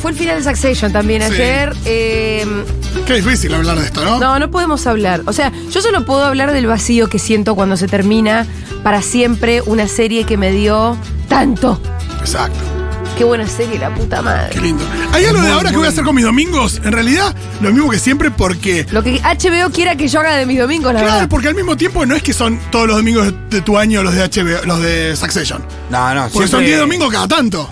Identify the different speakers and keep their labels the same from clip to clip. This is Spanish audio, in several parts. Speaker 1: fue el final de Succession también
Speaker 2: Sí.
Speaker 1: ayer. Eh,
Speaker 2: Qué difícil hablar de esto, ¿no?
Speaker 1: No, no podemos hablar. O sea, yo solo puedo hablar del vacío que siento cuando se termina para siempre una serie que me dio tanto.
Speaker 2: Exacto.
Speaker 1: Qué buena serie, la puta
Speaker 2: Qué
Speaker 1: madre.
Speaker 2: lindo. Hay algo de ahora que voy a hacer con mis domingos. En realidad, lo mismo que siempre porque...
Speaker 1: Lo que HBO quiera que yo haga de mis domingos, la
Speaker 2: Claro,
Speaker 1: verdad.
Speaker 2: porque al mismo tiempo no es que son todos los domingos de tu año los de HBO, los de Succession.
Speaker 3: No, no,
Speaker 2: Porque son
Speaker 3: siempre-
Speaker 2: 10 domingos cada tanto.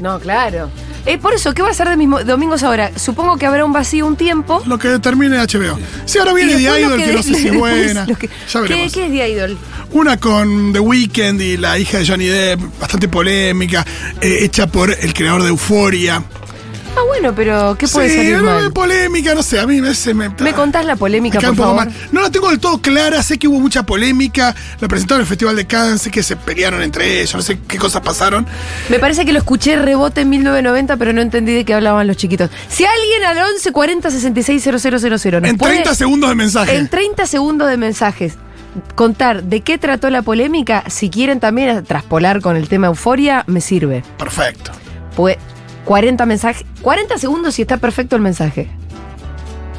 Speaker 1: No, claro. Eh, por eso, ¿qué va a ser de mis mo- domingos ahora? Supongo que habrá un vacío un tiempo.
Speaker 2: Lo que termine HBO. Sí, ahora viene
Speaker 1: Y después
Speaker 2: The
Speaker 1: lo
Speaker 2: Idol, que,
Speaker 1: de-
Speaker 2: no sé si es
Speaker 1: después
Speaker 2: buena.
Speaker 1: lo que-
Speaker 2: Ya
Speaker 1: ¿Qué,
Speaker 2: veremos.
Speaker 1: qué es The Idol?
Speaker 2: Una con The Weeknd y la hija de Johnny Depp, bastante polémica, eh, hecha por el creador de Euforia.
Speaker 1: Ah, bueno, pero ¿qué puede
Speaker 2: sí,
Speaker 1: salir
Speaker 2: no,
Speaker 1: mal?
Speaker 2: no, polémica, no sé, a mí me, se me...
Speaker 1: ¿Me contás la
Speaker 2: me
Speaker 1: polémica, por
Speaker 2: cae un poco
Speaker 1: favor?
Speaker 2: mal. No la tengo del todo clara, sé que hubo mucha polémica, la presentaron en el Festival de Cannes, sé que se pelearon entre ellos, no sé qué cosas pasaron.
Speaker 1: Me parece que lo escuché rebote en 1990, pero no entendí de qué hablaban los chiquitos. Si alguien al 11 40 66 000 nos
Speaker 2: En
Speaker 1: puede-
Speaker 2: 30 segundos de mensaje.
Speaker 1: en 30 segundos de mensajes contar de qué trató la polémica, si quieren también traspolar con el tema euforia, me sirve.
Speaker 2: Perfecto.
Speaker 1: Pues 40 mensajes, 40 segundos y está perfecto el mensaje.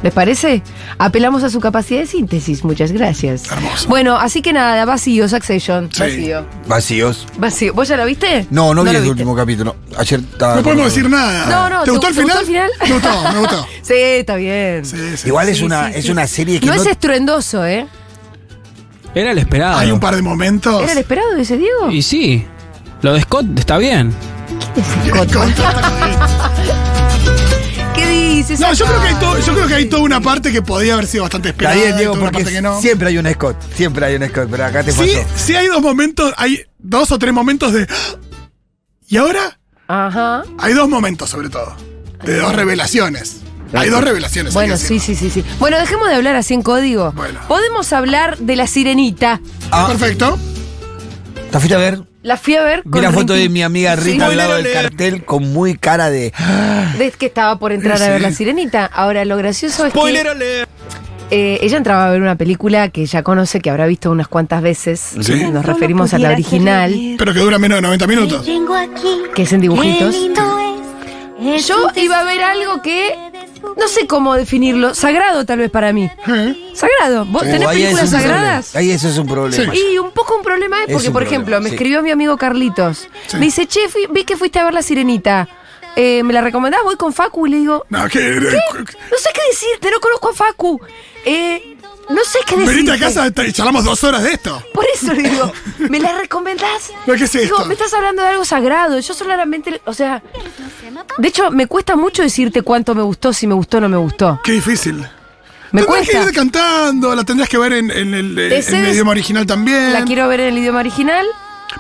Speaker 1: ¿Les parece? Apelamos a su capacidad de síntesis. Muchas gracias.
Speaker 2: Hermoso.
Speaker 1: Bueno, así que nada, vacío, Succession.
Speaker 2: Sí.
Speaker 1: Vacío.
Speaker 3: Vacíos.
Speaker 1: Vacío. ¿Vos ya la viste?
Speaker 3: No, no, vi
Speaker 1: lo
Speaker 3: el
Speaker 1: viste.
Speaker 3: último capítulo. Ayer estaba.
Speaker 2: No podemos decir nada.
Speaker 1: No, no,
Speaker 2: ¿Te, gustó el final? Me gustó, me gustó.
Speaker 1: sí, está bien.
Speaker 2: Sí, sí.
Speaker 3: Igual es
Speaker 1: Sí,
Speaker 3: una,
Speaker 1: sí,
Speaker 3: es
Speaker 1: sí.
Speaker 3: una serie que
Speaker 1: No
Speaker 3: no.
Speaker 1: es estruendoso, ¿eh?
Speaker 4: Era el
Speaker 3: ah,
Speaker 4: esperado.
Speaker 2: Hay un par de momentos.
Speaker 1: ¿Era el esperado ese Diego?
Speaker 4: Y sí, lo de Scott está bien.
Speaker 1: ¿Qué dices?
Speaker 2: No, yo
Speaker 1: acá?
Speaker 2: creo, que hay todo- yo creo que hay toda una parte que podía haber sido bastante
Speaker 3: Está
Speaker 2: esperada.
Speaker 3: bien, Diego,
Speaker 2: y toda una
Speaker 3: porque
Speaker 2: parte que no.
Speaker 3: siempre hay un Scott. Siempre hay un Scott, pero acá te
Speaker 2: Sí,
Speaker 3: pasó.
Speaker 2: sí hay dos momentos, hay dos o tres momentos de... ¿Y ahora?
Speaker 1: Ajá.
Speaker 2: Hay dos momentos sobre todo. De dos revelaciones. Hay dos revelaciones. hay
Speaker 1: Bueno,
Speaker 2: que
Speaker 1: sí,
Speaker 2: decirlo.
Speaker 1: sí, sí, sí. Bueno, dejemos de hablar así en código.
Speaker 2: Bueno.
Speaker 1: Podemos hablar de la sirenita.
Speaker 3: Ah,
Speaker 2: Perfecto.
Speaker 3: ¿Te fuiste a ver?
Speaker 1: La fui a ver.
Speaker 3: Vi la foto de
Speaker 1: Rinky.
Speaker 3: mi amiga
Speaker 1: Sí.
Speaker 3: Rita al lado
Speaker 2: Volver
Speaker 3: del
Speaker 2: a leer.
Speaker 3: cartel con muy cara de.
Speaker 1: Desde que estaba por entrar a
Speaker 2: Sí.
Speaker 1: ver la sirenita. Ahora, lo gracioso es que eh, ella entraba a ver una película que ya conoce, que habrá visto unas cuantas veces.
Speaker 2: Sí.
Speaker 1: Nos referimos a la original,
Speaker 2: Pero que dura menos de 90 minutos.
Speaker 5: Vengo aquí.
Speaker 1: que es en dibujitos.
Speaker 5: Qué lindo es. Es
Speaker 1: Yo
Speaker 5: un
Speaker 1: iba a ver algo que no sé cómo definirlo. Sagrado, tal vez, para mí.
Speaker 2: ¿Eh?
Speaker 1: Sagrado. ¿Vos tenés
Speaker 3: Oh, ahí
Speaker 1: películas
Speaker 3: eso es un
Speaker 1: sagradas?
Speaker 3: problema. Ahí eso es un problema.
Speaker 1: Y un poco un problema es
Speaker 3: Es
Speaker 1: porque,
Speaker 3: un
Speaker 1: por
Speaker 3: problema,
Speaker 1: ejemplo, me
Speaker 3: sí.
Speaker 1: escribió mi amigo Carlitos.
Speaker 2: Sí.
Speaker 1: Me dice, che, fui- vi que fuiste a ver La Sirenita. Eh, ¿Me la recomendás? Voy con Facu y le digo,
Speaker 2: No, que... eh,
Speaker 1: no sé qué decirte, no conozco a Facu. Eh, no sé qué decirte.
Speaker 2: Venite a casa y charlamos dos horas de esto.
Speaker 1: Por eso le digo, ¿me la recomendás?
Speaker 2: No, ¿qué es
Speaker 1: digo,
Speaker 2: esto?
Speaker 1: me estás hablando de algo sagrado. Yo solamente, o sea, de hecho, me cuesta mucho decirte cuánto me gustó, si me gustó o no me gustó.
Speaker 2: Qué difícil.
Speaker 1: Me
Speaker 2: tendrías
Speaker 1: cuesta.
Speaker 2: que ir cantando, la tendrías que ver en, en el, eh,
Speaker 1: Te
Speaker 2: en el
Speaker 1: cedes-
Speaker 2: idioma original también.
Speaker 1: La quiero ver en el idioma original.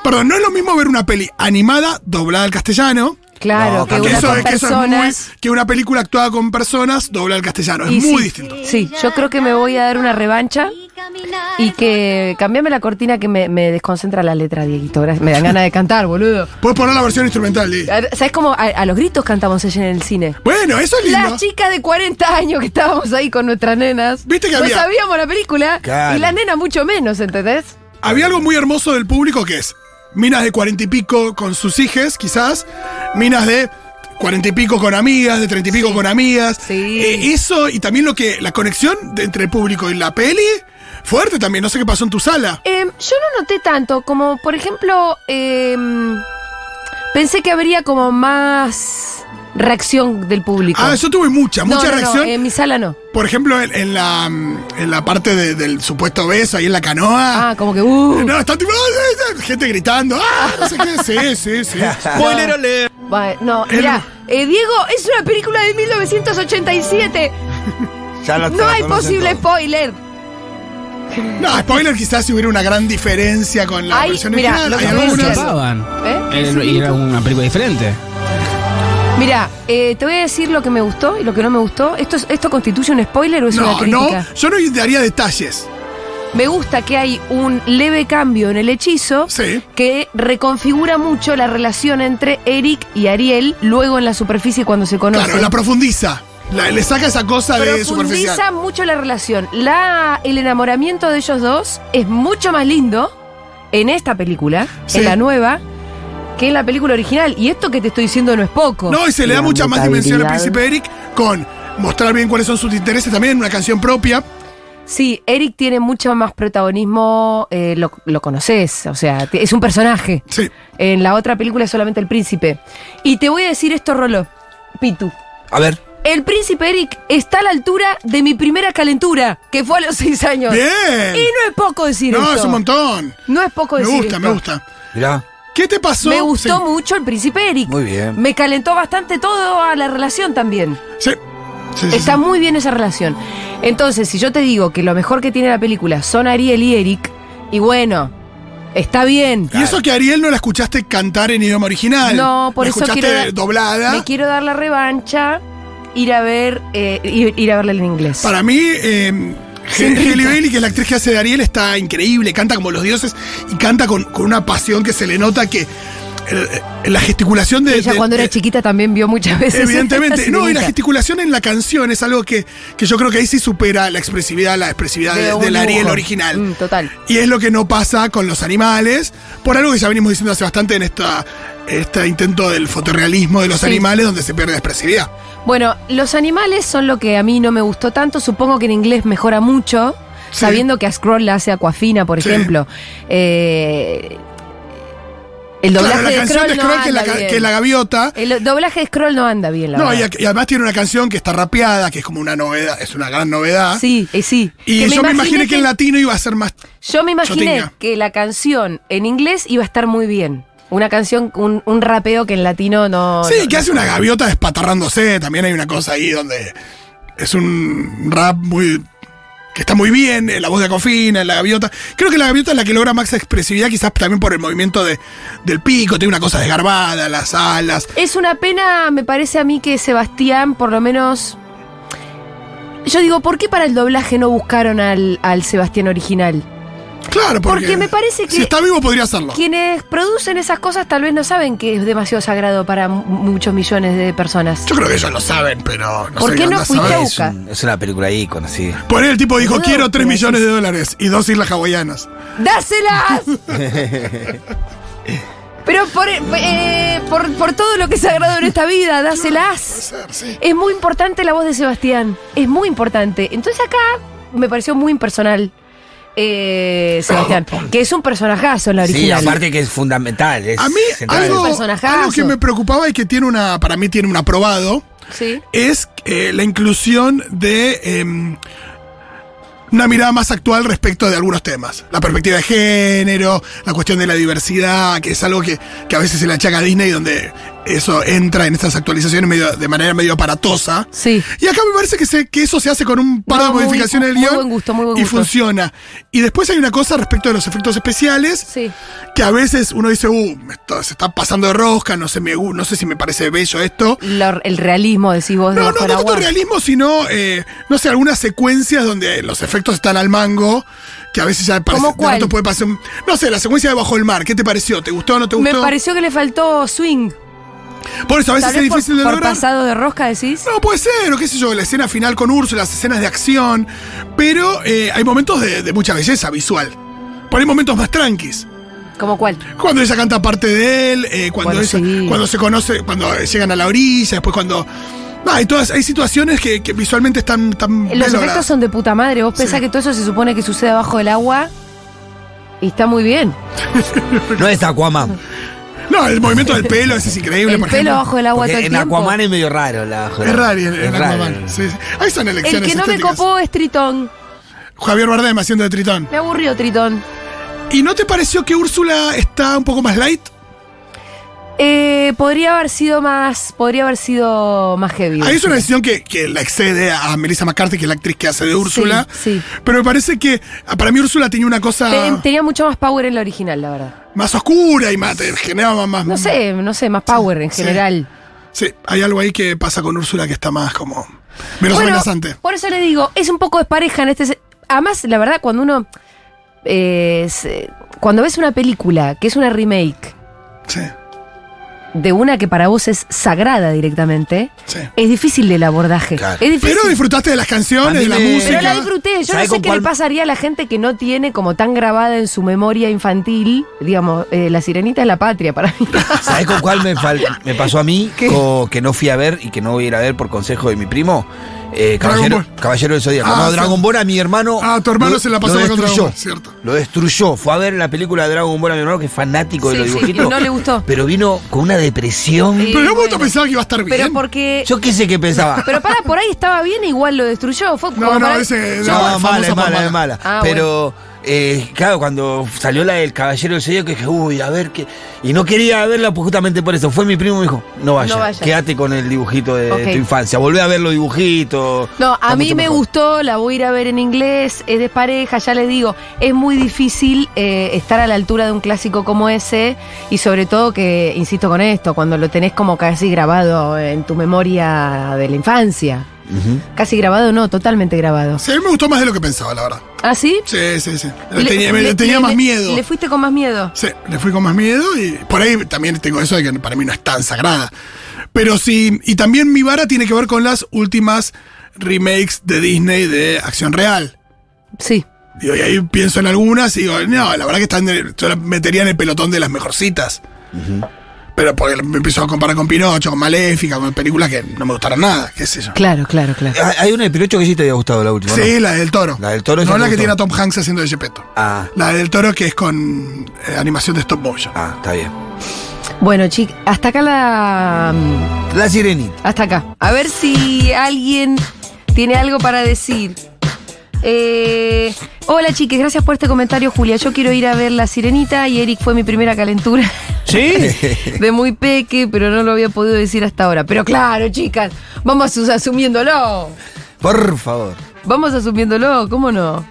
Speaker 2: Perdón, no es lo mismo ver una peli animada, doblada al castellano.
Speaker 1: Claro,
Speaker 3: No,
Speaker 1: que
Speaker 3: tampoco.
Speaker 1: una
Speaker 2: eso
Speaker 1: con
Speaker 2: es, que eso es muy-
Speaker 1: personas.
Speaker 2: que una película actuada con personas, doblada al castellano. Es
Speaker 1: Y
Speaker 2: muy
Speaker 1: sí,
Speaker 2: distinto.
Speaker 1: Sí, yo creo que me voy a dar una revancha y que cambiame la cortina que me, me desconcentra la letra, Dieguito. Gra- Me dan ganas de cantar, boludo.
Speaker 2: Puedes poner la versión instrumental. Lee.
Speaker 1: A- ¿Sabes cómo a, a los gritos cantamos ayer en el cine?
Speaker 2: Bueno, eso es lindo.
Speaker 1: Las chicas de 40 años que estábamos ahí con nuestras nenas.
Speaker 2: Viste que
Speaker 1: no
Speaker 2: había-
Speaker 1: sabíamos la película
Speaker 3: Claro.
Speaker 1: y las nenas mucho menos, ¿entendés?
Speaker 2: Había algo muy hermoso del público que es minas de cuarenta y pico con sus hijas, quizás, minas de cuarenta y pico con amigas, de treinta y pico con amigas.
Speaker 1: Sí.
Speaker 2: Eh, eso y también lo que la conexión de- entre el público y la peli, fuerte también. No sé qué pasó en tu sala.
Speaker 1: Em, yo no noté tanto, como por ejemplo, em, pensé que habría como más reacción del público.
Speaker 2: Ah, yo tuve mucha,
Speaker 1: No,
Speaker 2: mucha
Speaker 1: no, em no,
Speaker 2: reacción.
Speaker 1: en mi sala no.
Speaker 2: Por ejemplo, en, en la, mm, en la parte de- del supuesto beso ahí en la canoa.
Speaker 1: Ah, como que... Uh,
Speaker 2: No, está tipo, ¡ah! gente gritando. ¡Ah! No sé qué. Sí, sí, sí.
Speaker 1: Spoiler Va, No,
Speaker 2: El-
Speaker 1: mira, Diego, es una película de 1987.
Speaker 3: Ya la-
Speaker 1: No
Speaker 3: la
Speaker 1: hay
Speaker 3: conocen
Speaker 1: posible
Speaker 3: todos.
Speaker 1: spoiler.
Speaker 2: No, spoiler quizás si hubiera una gran diferencia con la
Speaker 1: Ay,
Speaker 2: versión
Speaker 1: mirá,
Speaker 2: original.
Speaker 1: lo que
Speaker 2: Hay
Speaker 1: voy a
Speaker 4: También
Speaker 1: decir.
Speaker 2: algunas.
Speaker 4: chapaban.
Speaker 1: ¿Eh?
Speaker 4: Era- Y era una película diferente.
Speaker 1: Mira, eh, te voy a decir lo que me gustó y lo que no me gustó. ¿Esto, es- esto constituye un spoiler o es una
Speaker 2: No,
Speaker 1: crítica?
Speaker 2: no, yo no daría detalles.
Speaker 1: Me gusta que hay un leve cambio en el hechizo
Speaker 2: Sí.
Speaker 1: que reconfigura mucho la relación entre Eric y Ariel luego en la superficie cuando se conocen.
Speaker 2: Claro, la profundiza. La- le saca esa cosa de
Speaker 1: profundiza
Speaker 2: superficial.
Speaker 1: mucho la relación. La, el enamoramiento de ellos dos es mucho más lindo en esta película,
Speaker 2: Sí.
Speaker 1: en la nueva, que en la película original. Y esto que te estoy diciendo no es poco.
Speaker 2: No, y se le da
Speaker 6: La
Speaker 2: mucha más dimensión al
Speaker 6: mutabilidad.
Speaker 2: príncipe Eric con mostrar bien cuáles son sus intereses también, una canción propia.
Speaker 1: Sí, Eric tiene mucho más protagonismo, eh, lo, lo conoces, o sea, t- es un personaje.
Speaker 2: Sí.
Speaker 1: En la otra película es solamente el príncipe. Y te voy a decir esto, Rolo, Pitu.
Speaker 3: A ver.
Speaker 1: El príncipe Eric está a la altura de mi primera calentura, que fue a los seis años.
Speaker 2: Bien.
Speaker 1: Y no es poco decir
Speaker 2: No,
Speaker 1: esto.
Speaker 2: es un montón.
Speaker 1: No es poco
Speaker 2: Me
Speaker 1: decir
Speaker 2: gusta,
Speaker 1: esto.
Speaker 2: me gusta.
Speaker 3: Mirá.
Speaker 2: ¿Qué te pasó?
Speaker 1: Me gustó
Speaker 2: Sí,
Speaker 1: mucho el príncipe Eric.
Speaker 3: Muy bien.
Speaker 1: Me calentó bastante todo a la relación también.
Speaker 2: Sí. Sí, sí,
Speaker 1: Está
Speaker 2: sí.
Speaker 1: muy bien esa relación. Entonces, si yo te digo que lo mejor que tiene la película son Ariel y Eric, y bueno, está bien.
Speaker 2: Y eso que Ariel no la escuchaste cantar en idioma original.
Speaker 1: No, por
Speaker 2: la
Speaker 1: eso
Speaker 2: escuchaste
Speaker 1: quiero dar-
Speaker 2: doblada.
Speaker 1: Me quiero dar la revancha, ir a ver, eh, ir, ir a verla en inglés.
Speaker 2: Para mí, eh, Hel- Hailey Bailey, que es la actriz que hace de Ariel, está increíble, canta como los dioses y canta con, con una pasión que se le nota que eh, la gesticulación de...
Speaker 1: Ella
Speaker 2: de-
Speaker 1: cuando era
Speaker 2: de-
Speaker 1: chiquita también vio muchas veces.
Speaker 2: eh, Evidentemente,
Speaker 1: esta
Speaker 2: no, y la
Speaker 1: sirenita.
Speaker 2: gesticulación en la canción es algo que, que yo creo que ahí sí supera la expresividad, la expresividad de-
Speaker 1: De
Speaker 2: del
Speaker 1: un
Speaker 2: Ariel
Speaker 1: dibujo.
Speaker 2: original.
Speaker 1: Mm, total.
Speaker 2: Y es lo que no pasa con los animales, por algo que ya venimos diciendo hace bastante en esta, este intento del fotorrealismo de los
Speaker 1: Sí.
Speaker 2: animales donde se pierde la expresividad.
Speaker 1: Bueno, los animales son lo que a mí no me gustó tanto. Supongo que en inglés mejora mucho,
Speaker 2: Sí.
Speaker 1: sabiendo que a Scroll la hace Aquafina, por
Speaker 2: Sí.
Speaker 1: ejemplo. Eh, el doblaje
Speaker 2: claro, la
Speaker 1: de
Speaker 2: canción
Speaker 1: Scroll
Speaker 2: de
Speaker 1: no
Speaker 2: Scroll, que, es
Speaker 1: anda
Speaker 2: la,
Speaker 1: bien.
Speaker 2: que es la gaviota,
Speaker 1: El doblaje de Scroll no anda bien, la
Speaker 2: No, y,
Speaker 1: verdad.
Speaker 2: ac- y además tiene una canción que está rapeada, que es como una novedad, es una gran novedad.
Speaker 1: Sí, eh, sí.
Speaker 2: Y
Speaker 1: Que
Speaker 2: yo me imaginé que, en
Speaker 1: que-
Speaker 2: latino iba a ser más.
Speaker 1: Yo me imaginé
Speaker 2: Chotinga.
Speaker 1: que la canción en inglés iba a estar muy bien. Una canción, un, un rapeo que en latino no.
Speaker 2: sí,
Speaker 1: no-
Speaker 2: que hace una gaviota despatarrándose. También hay una cosa ahí donde es un rap muy. que está muy bien, eh, la voz de Acofina, la gaviota. Creo que la gaviota es la que logra más expresividad, quizás también por el movimiento de, del pico, tiene una cosa desgarbada, las alas.
Speaker 1: Es una pena, me parece a mí, que Sebastián, por lo menos. Yo digo, ¿por qué para el doblaje no buscaron al, al Sebastián original?
Speaker 2: Claro, porque.
Speaker 1: Porque me parece que-
Speaker 2: Si está vivo podría hacerlo.
Speaker 1: Quienes producen esas cosas tal vez no saben que es demasiado sagrado para mu- muchos millones de personas.
Speaker 2: Yo creo que ellos lo saben, pero no
Speaker 1: ¿Por
Speaker 2: sé
Speaker 1: qué no
Speaker 2: andás a
Speaker 1: fuiste
Speaker 2: saber.
Speaker 1: a
Speaker 3: Es,
Speaker 1: buscar?
Speaker 3: un- es una película ícono, sí.
Speaker 2: Por ahí el tipo dijo:
Speaker 1: Boludo,
Speaker 2: Quiero 3
Speaker 1: pero
Speaker 2: millones de dólares y dos islas hawaianas.
Speaker 1: ¡Dáselas! Pero por, eh, por, por todo lo que es sagrado en esta vida, dáselas.
Speaker 2: Puede ser, sí.
Speaker 1: Es muy importante la voz de Sebastián. Es muy importante. Entonces acá me pareció muy impersonal. eh, Sebastián, que es un personajazo en la
Speaker 3: Sí,
Speaker 1: original.
Speaker 3: aparte que es fundamental. es
Speaker 2: A mí
Speaker 3: central.
Speaker 2: algo,
Speaker 1: Es un personajazo.
Speaker 2: algo que me preocupaba y que tiene una, para mí tiene un aprobado,
Speaker 1: Sí.
Speaker 2: es eh, la inclusión de em, una mirada más actual respecto de algunos temas. La perspectiva de género, la cuestión de la diversidad, que es algo que, que a veces se le achaca a Disney, donde eso entra en estas actualizaciones medio- de manera medio aparatosa.
Speaker 1: Sí.
Speaker 2: Y acá me parece que, se- que eso se hace con un par
Speaker 1: No,
Speaker 2: de
Speaker 1: muy-
Speaker 2: modificaciones del
Speaker 1: muy
Speaker 2: guión
Speaker 1: buen gusto, muy buen
Speaker 2: y
Speaker 1: gusto.
Speaker 2: funciona. Y después hay una cosa respecto de los efectos especiales
Speaker 1: Sí.
Speaker 2: que a veces uno dice, uh, me está- se está pasando de rosca, no sé, me, gu- no sé si me parece bello esto.
Speaker 1: Lo- el realismo, decís vos,
Speaker 2: No, no,
Speaker 1: debajo
Speaker 2: no
Speaker 1: del
Speaker 2: tanto
Speaker 1: agua.
Speaker 2: realismo, sino, eh, no sé, algunas secuencias donde los efectos están al mango, que a veces ya parece,
Speaker 1: ¿Cómo
Speaker 2: de
Speaker 1: cuál?
Speaker 2: rato puede pasar. un- No sé, la secuencia de Bajo el Mar, ¿qué te pareció? ¿Te gustó o no te
Speaker 1: Me
Speaker 2: gustó?
Speaker 1: pareció que le faltó swing.
Speaker 2: Por eso a veces
Speaker 1: Tal
Speaker 2: es
Speaker 1: vez por,
Speaker 2: difícil de
Speaker 1: por
Speaker 2: lograr.
Speaker 1: pasado de rosca, decís.
Speaker 2: No, puede ser, o qué sé yo, la escena final con Úrsula, las escenas de acción, pero eh, hay momentos de, de mucha belleza visual. Por ahí momentos más tranquis.
Speaker 1: ¿Como cuál?
Speaker 2: Cuando ella canta parte de él, eh, cuando,
Speaker 1: Bueno,
Speaker 2: ella-
Speaker 1: sí.
Speaker 2: cuando se conoce, cuando llegan a la orilla, después cuando. No, hay, todas, hay situaciones que, que visualmente están tan. bien
Speaker 1: Los efectos
Speaker 2: logradas.
Speaker 1: son de puta madre. Vos pensás
Speaker 2: Sí.
Speaker 1: que todo eso se supone que sucede abajo del agua. Y está muy bien.
Speaker 3: No es Aquaman.
Speaker 2: No, el movimiento del pelo, ese es increíble,
Speaker 1: el
Speaker 2: por
Speaker 1: pelo
Speaker 2: ejemplo.
Speaker 1: bajo del agua
Speaker 3: Porque
Speaker 1: todo el
Speaker 3: en
Speaker 1: tiempo.
Speaker 3: Aquaman es medio raro la
Speaker 2: Es raro el, el
Speaker 3: es raro.
Speaker 2: Aquaman. Sí, sí. Ahí son
Speaker 1: el
Speaker 2: elecciones.
Speaker 1: que no me
Speaker 2: estéticas.
Speaker 1: copó es Tritón.
Speaker 2: Javier Bardem haciendo de Tritón.
Speaker 1: Me aburrió Tritón.
Speaker 2: ¿Y no te pareció que Úrsula está un poco más light?
Speaker 1: Eh, podría haber sido más. Podría haber sido más heavy.
Speaker 2: Ahí es una decisión que, que la excede a Melissa McCarthy, que es la actriz que hace de Úrsula. Ah.
Speaker 1: Sí, sí.
Speaker 2: Pero me parece que ah, para mí Úrsula tenía una cosa
Speaker 1: Ten- tenía mucho más power en la original, la verdad.
Speaker 2: más oscura y más, te generaba más.
Speaker 1: No sé, no sé, más power en
Speaker 2: Mm. sí.
Speaker 1: general.
Speaker 2: Sí, hay algo ahí que pasa con Úrsula que está más como. menos
Speaker 1: Bueno,
Speaker 2: amenazante.
Speaker 1: Por eso le digo, es un poco despareja en este. se- Además, la verdad, cuando uno. eh, se- cuando ves una película que es una remake
Speaker 2: Sí.
Speaker 1: de una que para vos es sagrada directamente,
Speaker 2: Sí.
Speaker 1: es difícil el abordaje.
Speaker 3: Claro.
Speaker 1: Es difícil.
Speaker 2: Pero disfrutaste de las
Speaker 3: A mí
Speaker 2: canciones, de la
Speaker 3: me-
Speaker 2: música.
Speaker 1: Pero la disfruté. Yo no
Speaker 3: ¿Sabe
Speaker 1: sé
Speaker 3: con
Speaker 1: qué le
Speaker 3: cuál-
Speaker 1: pasaría a la gente que no tiene como tan grabada en su memoria infantil, digamos, eh, la sirenita es la patria para mí.
Speaker 3: ¿Sabés con cuál me, fal- me pasó a mí? Co- que no fui a ver y que no voy a ir a ver por consejo de mi primo. Eh,
Speaker 2: Dragon
Speaker 3: caballero,
Speaker 2: Ball.
Speaker 3: caballero del Zodíaco.
Speaker 2: Ah,
Speaker 3: no,
Speaker 2: sí.
Speaker 3: Dragon Ball a mi hermano.
Speaker 2: Ah, tu hermano
Speaker 3: lo-
Speaker 2: se la pasaba
Speaker 3: lo
Speaker 2: con Dragon
Speaker 3: destruyó.
Speaker 2: Ball, cierto.
Speaker 3: Lo destruyó. Fue a ver la película de Dragon Ball a mi hermano, que es fanático de
Speaker 1: Sí,
Speaker 3: los
Speaker 1: sí,
Speaker 3: dibujitos.
Speaker 1: y no le gustó.
Speaker 3: Pero vino con una depresión.
Speaker 1: Sí.
Speaker 2: Pero en un momento
Speaker 1: bueno.
Speaker 2: pensaba que iba a estar bien.
Speaker 1: Pero porque.
Speaker 3: Yo qué sé qué pensaba.
Speaker 1: Pero para, por ahí estaba bien, e igual lo destruyó. Fue como
Speaker 2: no,
Speaker 1: para-
Speaker 2: ese-
Speaker 3: No,
Speaker 2: famosa
Speaker 3: mala, es
Speaker 2: por
Speaker 3: mala,
Speaker 2: mala.
Speaker 3: es mala.
Speaker 1: Ah,
Speaker 3: pero, eh, claro, cuando salió la del Caballero del Zodíaco, dije, uy, a ver qué. Y no quería verla pues, justamente por eso. Fue mi primo y me dijo, no vayas,
Speaker 1: No vayas.
Speaker 3: quédate con el dibujito de
Speaker 1: Ok.
Speaker 3: tu infancia. Volvé a ver los dibujitos.
Speaker 1: No,
Speaker 3: Está
Speaker 1: a mí
Speaker 3: mucho
Speaker 1: me
Speaker 3: mejor.
Speaker 1: gustó, la voy a ir a ver en inglés, es de pareja, ya les digo, es muy difícil eh, estar a la altura de un clásico como ese y sobre todo que, insisto con esto, cuando lo tenés como casi grabado en tu memoria de la infancia.
Speaker 3: Ujú.
Speaker 1: Casi grabado, no, totalmente grabado.
Speaker 2: Sí, a mí me gustó más de lo que pensaba, la verdad.
Speaker 1: ¿Ah, sí?
Speaker 2: Sí, sí, sí.
Speaker 1: Le-
Speaker 2: Le tenía, me-
Speaker 1: le-
Speaker 2: tenía
Speaker 1: le-
Speaker 2: más
Speaker 1: le-
Speaker 2: miedo.
Speaker 1: Le fuiste con más miedo.
Speaker 2: Sí, le fui con más miedo y por ahí también tengo eso de que para mí no es tan sagrada. Pero sí, y también mi vara tiene que ver con las últimas remakes de Disney de acción real.
Speaker 1: Sí.
Speaker 2: Digo, y ahí pienso en algunas y digo, no, la verdad que están, de- yo la metería en el pelotón de las mejorcitas. Pero porque me empiezo a comparar con Pinocho, con Maléfica, con películas que no me gustaron nada, qué sé yo.
Speaker 1: Claro, claro, claro.
Speaker 3: Ah, Hay una de Pirocho que sí te había gustado la última.
Speaker 2: Sí,
Speaker 3: ¿no?
Speaker 2: la del toro.
Speaker 3: La del toro esa
Speaker 2: No
Speaker 3: me
Speaker 2: la que
Speaker 3: gustó.
Speaker 2: tiene a Tom Hanks haciendo de Gepetto.
Speaker 3: Ah,
Speaker 2: La del toro que es con eh, animación de stop motion.
Speaker 3: ah, está bien.
Speaker 1: Bueno, chic, hasta acá la. mm,
Speaker 3: La Sirenita.
Speaker 1: Hasta acá. A ver si alguien tiene algo para decir. Eh, hola chiques, gracias por este comentario, Julia. Yo quiero ir a ver La Sirenita y Eric fue mi primera calentura
Speaker 4: ¿Sí?
Speaker 1: de muy peque, pero no lo había podido decir hasta ahora. Pero claro, chicas, vamos asu- asumiéndolo.
Speaker 3: Por favor.
Speaker 1: Vamos asumiéndolo, ¿cómo no?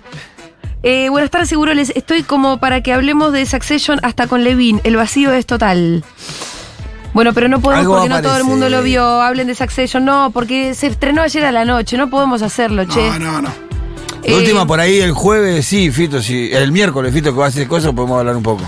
Speaker 1: Eh, buenas tardes, seguro les estoy como para que hablemos de Succession hasta con Levin. El vacío es total. Bueno, pero no podemos
Speaker 3: Algo
Speaker 1: porque
Speaker 3: va a
Speaker 1: no todo el
Speaker 3: aparecer.
Speaker 1: mundo lo vio. Hablen de Succession, no, porque se estrenó ayer a la noche. No podemos hacerlo, che.
Speaker 2: No, no, no.
Speaker 1: Eh,
Speaker 3: La última por ahí el jueves, sí, Fito, sí. El miércoles, Fito, que va a hacer cosas, podemos hablar un poco.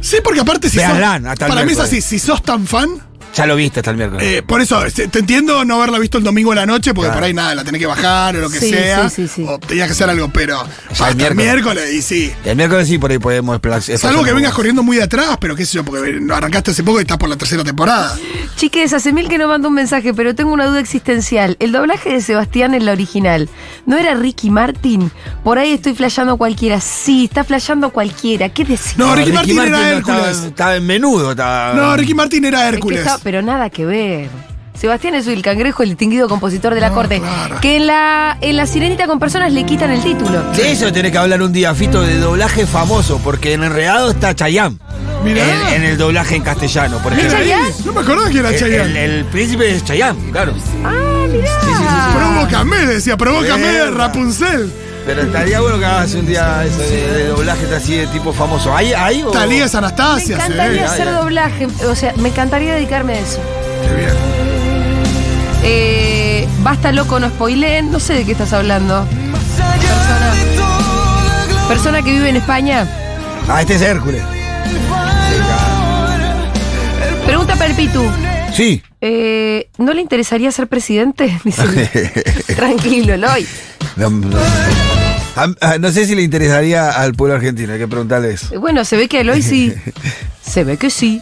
Speaker 2: Sí, porque aparte si
Speaker 3: Véanla,
Speaker 2: sos,
Speaker 3: hasta el
Speaker 2: Para mí es
Speaker 3: miércoles.
Speaker 2: así, si sos tan fan,
Speaker 3: Ya lo viste hasta el miércoles.
Speaker 2: eh, por eso este, te entiendo no haberla visto el domingo a la noche, porque
Speaker 3: Claro.
Speaker 2: por ahí nada, la tenés que bajar o lo que
Speaker 1: Sí,
Speaker 2: sea.
Speaker 1: sí, sí, sí.
Speaker 2: O tenía que hacer algo, pero
Speaker 3: el
Speaker 2: hasta el miércoles.
Speaker 3: miércoles.
Speaker 2: y sí.
Speaker 3: el miércoles sí, por ahí podemos desplazar.
Speaker 2: Salvo que vengas corriendo muy de atrás, pero qué sé yo, porque arrancaste hace poco y estás por la tercera temporada.
Speaker 1: Chiques, hace mil que no mando un mensaje, pero tengo una duda existencial. El doblaje de Sebastián en la original, ¿no era Ricky Martin? Por ahí estoy flasheando cualquiera. Sí, está flasheando cualquiera. ¿Qué decís?
Speaker 2: No, Ricky
Speaker 3: Martín
Speaker 2: Martin era
Speaker 3: no estaba-
Speaker 2: Hércules.
Speaker 3: Estaba en menudo, estaba.
Speaker 2: No, Ricky Martin era
Speaker 1: Es que
Speaker 2: Hércules.
Speaker 1: está- pero nada que ver. Sebastián es el cangrejo, el distinguido compositor de la
Speaker 2: No,
Speaker 1: corte.
Speaker 2: claro.
Speaker 1: Que en la, en la sirenita con personas le quitan el título.
Speaker 3: De eso tenés que hablar un día, Fito, de doblaje famoso, porque en Enredado está Chayam. En,
Speaker 2: Mirá.
Speaker 3: en el doblaje en castellano, por
Speaker 2: Mira
Speaker 3: ejemplo.
Speaker 2: ahí,
Speaker 1: Chayanne?
Speaker 2: No me acordaba que era
Speaker 3: El, el-
Speaker 2: Chayanne.
Speaker 3: el príncipe es Chayam, claro.
Speaker 1: Ah, mirá.
Speaker 2: Provócame, decía, provócame,
Speaker 3: Verga.
Speaker 2: Rapunzel.
Speaker 3: Pero estaría bueno que hagas un día eso de, de doblaje así de tipo famoso. ¿Ahí, ahí o-
Speaker 2: Talía es
Speaker 1: Oh. me
Speaker 2: Anastasia. sí.
Speaker 1: encantaría
Speaker 3: ya,
Speaker 1: hacer
Speaker 3: ya.
Speaker 1: doblaje. O sea, me encantaría dedicarme a eso.
Speaker 2: Qué bien.
Speaker 1: Eh, basta loco, no spoileen. No sé de qué estás hablando. Persona, persona que vive en España.
Speaker 3: Ah, este es Hércules.
Speaker 1: Pregunta para el Pitu.
Speaker 3: Sí.
Speaker 1: Eh, ¿No le interesaría ser presidente? Dice. Tranquilo, Eloy.
Speaker 3: No, no. A- a- no sé si le interesaría al pueblo argentino, hay que preguntarle eso.
Speaker 1: Bueno, se ve que a Eloy sí. Se ve que sí.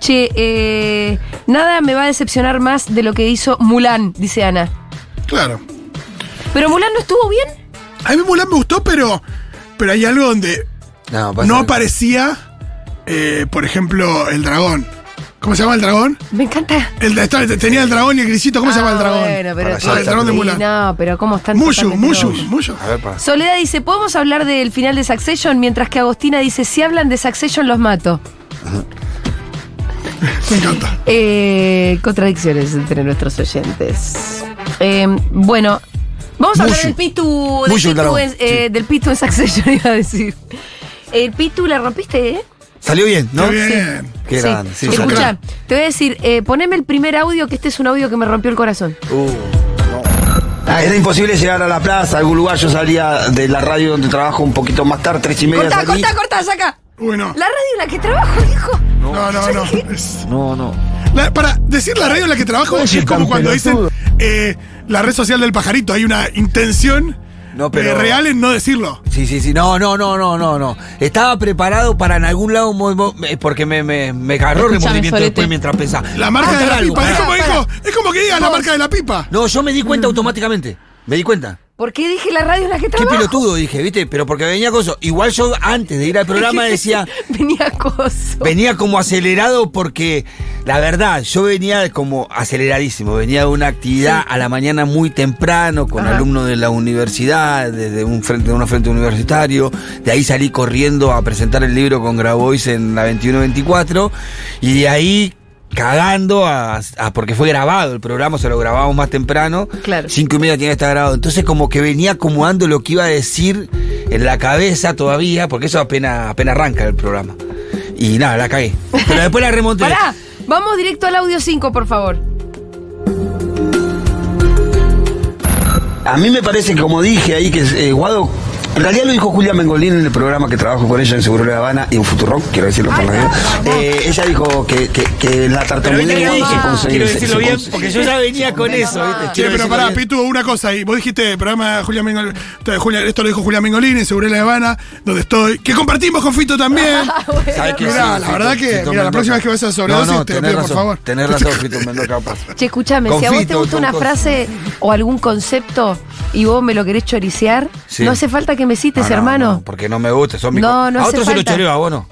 Speaker 1: Che, eh, nada me va a decepcionar más de lo que hizo Mulan, dice Ana.
Speaker 2: Claro.
Speaker 1: ¿Pero Mulan no estuvo bien?
Speaker 2: A mí Mulan me gustó, pero, pero hay algo donde
Speaker 3: No,
Speaker 2: no
Speaker 3: aparece.
Speaker 2: aparecía, eh, por ejemplo, el dragón. ¿Cómo se llama el dragón?
Speaker 1: Me encanta.
Speaker 2: El, estaba- tenía el dragón y el grisito. ¿Cómo se llama el
Speaker 1: Ah,
Speaker 2: dragón?
Speaker 1: Bueno, pero
Speaker 3: Para
Speaker 1: tú-
Speaker 2: allá, el dragón de
Speaker 1: Sí,
Speaker 2: Mulan.
Speaker 1: No, pero ¿cómo están?
Speaker 2: Mushu,
Speaker 1: totalmente
Speaker 2: Mushu,
Speaker 1: locos.
Speaker 2: Mushu.
Speaker 3: A ver, para.
Speaker 1: Soledad dice, ¿podemos hablar del final de Succession? Mientras que Agostina dice, si hablan de Succession los mato.
Speaker 2: Me encanta.
Speaker 1: Eh, contradicciones entre nuestros oyentes. Eh, bueno, vamos a hablar
Speaker 3: Mushu.
Speaker 1: del Pitu, del,
Speaker 3: Mushu,
Speaker 1: pitu
Speaker 3: dragón,
Speaker 1: en, eh, del Pitu en Succession, iba a decir. El Pitu la rompiste, ¿eh?
Speaker 3: Salió bien, ¿no?
Speaker 2: Qué bien.
Speaker 3: Qué grande. Sí,
Speaker 2: es un
Speaker 1: Escucha,
Speaker 2: crack.
Speaker 1: te voy a decir, eh, poneme el primer audio, que este es un audio que me rompió el corazón.
Speaker 3: Uh, no.
Speaker 6: Ah, Era imposible llegar a la plaza, a algún lugar. Yo salía de la radio donde trabajo un poquito más tarde, tres y media.
Speaker 1: Cortá,
Speaker 6: salí.
Speaker 1: cortá, cortá, saca.
Speaker 2: Uy, no.
Speaker 1: La radio en la que trabajo, hijo.
Speaker 3: no.
Speaker 2: No, no, no. Es-
Speaker 3: No, no.
Speaker 2: la- para decir la radio en la que trabajo es como cuando dicen eh, la red social del pajarito. Hay una intención
Speaker 3: No, pero-
Speaker 2: eh, real en no decirlo.
Speaker 3: Sí, sí, sí. No, no, no, no, no, no. Estaba preparado para en algún lado un movimo- eh, porque me, me, me agarró
Speaker 7: Escuchame,
Speaker 3: remordimiento
Speaker 7: sorete.
Speaker 3: después mientras pensaba.
Speaker 2: La marca
Speaker 3: Contar
Speaker 2: de la
Speaker 3: algo,
Speaker 2: pipa. Es
Speaker 3: pará.
Speaker 2: como, dijo- es como que diga la marca de la pipa.
Speaker 3: No, yo me di cuenta automáticamente. Me di cuenta.
Speaker 1: ¿Por qué dije la radio en la que
Speaker 3: Qué
Speaker 1: trabajo?
Speaker 3: pelotudo, dije, ¿viste? Pero porque venía con eso. Igual yo antes de ir al programa decía,
Speaker 1: Venía coso.
Speaker 3: venía como acelerado porque, la verdad, yo venía como aceleradísimo. Venía de una actividad a la mañana muy temprano con
Speaker 1: Ajá.
Speaker 3: alumnos de la universidad, desde un frente, de un frente universitario. De ahí salí corriendo a presentar el libro con Grabois en la 21-24. Y de ahí cagando a- a- porque fue grabado el programa, se lo grabamos más temprano.
Speaker 1: Claro.
Speaker 3: Cinco y media tiene que estar grabado. Entonces como que venía acomodando lo que iba a decir en la cabeza todavía, porque eso apenas, apenas arranca el programa. Y nada, la cagué. Pero después la remonté.
Speaker 1: Pará, vamos directo al audio 5, por favor.
Speaker 6: A mí me parece, como dije ahí, que eh, Guado. En realidad lo dijo Julia Mengolín en el programa que trabajo con ella en Seguro de La Habana y en Futurock, quiero decirlo por la vida. Eh, ella dijo que, que, que la
Speaker 3: Pero viste
Speaker 6: tartamudez
Speaker 3: que dije,
Speaker 6: se consigue-
Speaker 3: quiero
Speaker 6: se-
Speaker 3: decirlo
Speaker 6: se
Speaker 3: bien,
Speaker 6: consigue.
Speaker 3: porque yo ya venía con eso, ¿viste?
Speaker 2: Che,
Speaker 3: Quiero
Speaker 2: pero
Speaker 3: decirlo
Speaker 2: pará,
Speaker 3: bien.
Speaker 2: Pitu, una cosa ahí. Vos dijiste, programa de Julia Mengolini, de Julia- esto lo dijo Julia Mengolini, Seguro La Habana, donde estoy, que compartimos con Fito también.
Speaker 3: Sabés que
Speaker 2: Mirá,
Speaker 3: sí,
Speaker 2: la
Speaker 3: Fito-
Speaker 2: verdad que,
Speaker 3: Fito
Speaker 2: mira, la
Speaker 3: Mendoza.
Speaker 2: próxima vez que vas a sobredosis, te
Speaker 3: tenés
Speaker 2: pido, por
Speaker 3: razón,
Speaker 2: favor.
Speaker 3: Tenés razón, Fito Mendoza, pasa.
Speaker 1: Che, escúchame, si a vos te
Speaker 3: Confito,
Speaker 1: gusta una
Speaker 3: con-
Speaker 1: frase o algún concepto y vos me lo querés choriciar,
Speaker 3: Sí. Ah,
Speaker 1: no hace falta que me
Speaker 3: No,
Speaker 1: cites,
Speaker 3: no,
Speaker 1: hermano.
Speaker 3: no, porque no me gusta, son mis
Speaker 1: No,
Speaker 3: co-
Speaker 1: no
Speaker 3: A
Speaker 1: hace
Speaker 3: otros se lo
Speaker 1: falta.
Speaker 3: choreo, a vos no.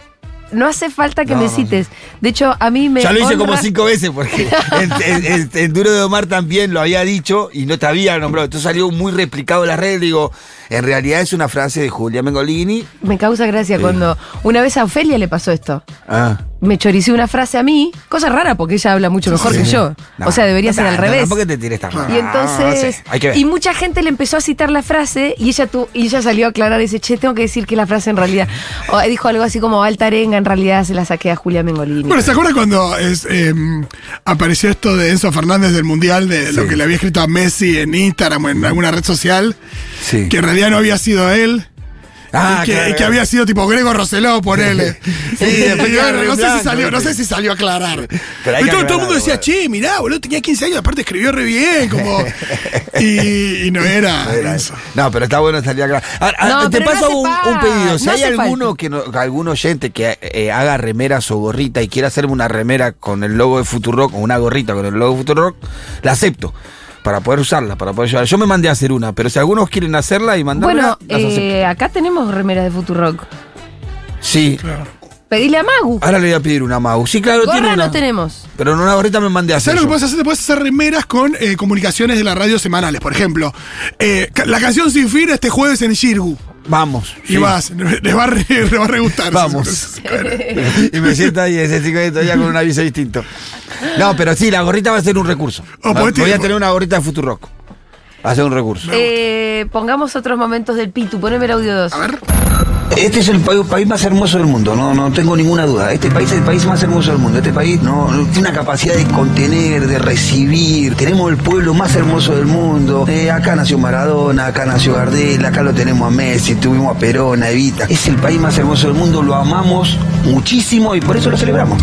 Speaker 1: No hace falta que
Speaker 3: No,
Speaker 1: me
Speaker 3: no, no.
Speaker 1: cites. De hecho, a mí me.
Speaker 3: Ya lo hice
Speaker 1: honra-
Speaker 3: como cinco veces, porque en, en- en- en Duro de Omar también lo había dicho y no te había nombrado. Entonces salió muy replicado en las redes. Digo, en realidad es una frase de Julia Mengolini.
Speaker 1: Me causa gracia cuando. Una vez a Ofelia le pasó esto.
Speaker 3: Ah.
Speaker 1: Me choricé una frase a mí, cosa rara porque ella habla mucho mejor que yo. o sea, debería ser al revés.
Speaker 3: ¿Por qué te tiré esta Ah,
Speaker 1: Y entonces,
Speaker 3: Hay que ver.
Speaker 1: y mucha gente le empezó a citar la frase y ella tu, y ella salió a aclarar y dice, che, tengo que decir que la frase en realidad, o dijo algo así como Altarenga, en realidad se la saqué a Julia Mengolini.
Speaker 2: Bueno, ¿se acuerdan cuando es, em, apareció esto de Enzo Fernández del Mundial, de lo que le había escrito a Messi en Instagram o en alguna red social?
Speaker 3: Sí.
Speaker 2: Que en realidad no había sido él.
Speaker 3: Ah,
Speaker 2: y que,
Speaker 3: claro.
Speaker 2: y que había sido tipo Grego Roseló, ponele. Y
Speaker 3: Sí, después
Speaker 2: bueno,
Speaker 3: quedaron
Speaker 2: no,
Speaker 3: en
Speaker 2: sé si
Speaker 3: blanco,
Speaker 2: salió, no
Speaker 3: ¿viste?
Speaker 2: sé si salió a aclarar.
Speaker 3: Pero hay
Speaker 2: Y
Speaker 3: que
Speaker 2: todo, todo el mundo
Speaker 3: aclarar,
Speaker 2: decía,
Speaker 3: boludo.
Speaker 2: che, mirá, boludo, tenía 15 años, aparte escribió re bien, como. Y, y no era. Enzo.
Speaker 3: No, pero está bueno salir acá. Ahora,
Speaker 1: No,
Speaker 3: ah, te
Speaker 1: pero no
Speaker 3: paso
Speaker 1: hace
Speaker 3: un,
Speaker 1: falta,
Speaker 3: un pedido. Si
Speaker 1: no
Speaker 3: hay
Speaker 1: hace
Speaker 3: alguno
Speaker 1: falta.
Speaker 3: que no- algún oyente que eh, haga remeras o gorrita y quiera hacerme una remera con el logo de Futurock o una gorrita con el logo de Futurock, la acepto. Para poder usarla, para poder llevarla. Yo me mandé a hacer una, pero si algunos quieren hacerla y mandármela,
Speaker 1: Bueno,
Speaker 3: las acepto.
Speaker 1: eh, acá tenemos remeras de Futurock.
Speaker 3: Sí.
Speaker 1: Pedile a Magu.
Speaker 3: Ahora le voy a pedir una Mau. Sí, claro, Ah, tiene
Speaker 1: Gorra
Speaker 3: una.
Speaker 1: no tenemos.
Speaker 3: Pero en una gorrita me mandé a hacer.
Speaker 2: ¿Sabes lo que
Speaker 3: yo.
Speaker 2: puedes hacer? Te puedes hacer remeras con eh, comunicaciones de la radio semanales. Por ejemplo, eh, ca- la canción Sin Fin este jueves en Shirgu.
Speaker 3: Vamos.
Speaker 2: Y
Speaker 3: sí.
Speaker 2: vas, les va a re, les va a re gustar.
Speaker 3: Vamos. y me siento ahí ese chico de todavía con un aviso distinto. No, pero sí, la gorrita va a ser un recurso.
Speaker 2: O
Speaker 3: Va-
Speaker 2: podés
Speaker 3: voy a
Speaker 2: tirar-
Speaker 3: tener una gorrita de Futurock. Va a ser un recurso.
Speaker 1: Eh, pongamos otros momentos del Pitu, poneme el audio 2.
Speaker 2: A ver.
Speaker 6: Este es el pa- país más hermoso del mundo, no, no tengo ninguna duda. Este país es el país más hermoso del mundo. Este país no, no tiene una capacidad de contener, de recibir. Tenemos el pueblo más hermoso del mundo. Eh, acá nació Maradona, acá nació Gardel, acá lo tenemos a Messi, tuvimos a Perón, a Evita. Es el país más hermoso del mundo, lo amamos muchísimo y por eso lo celebramos.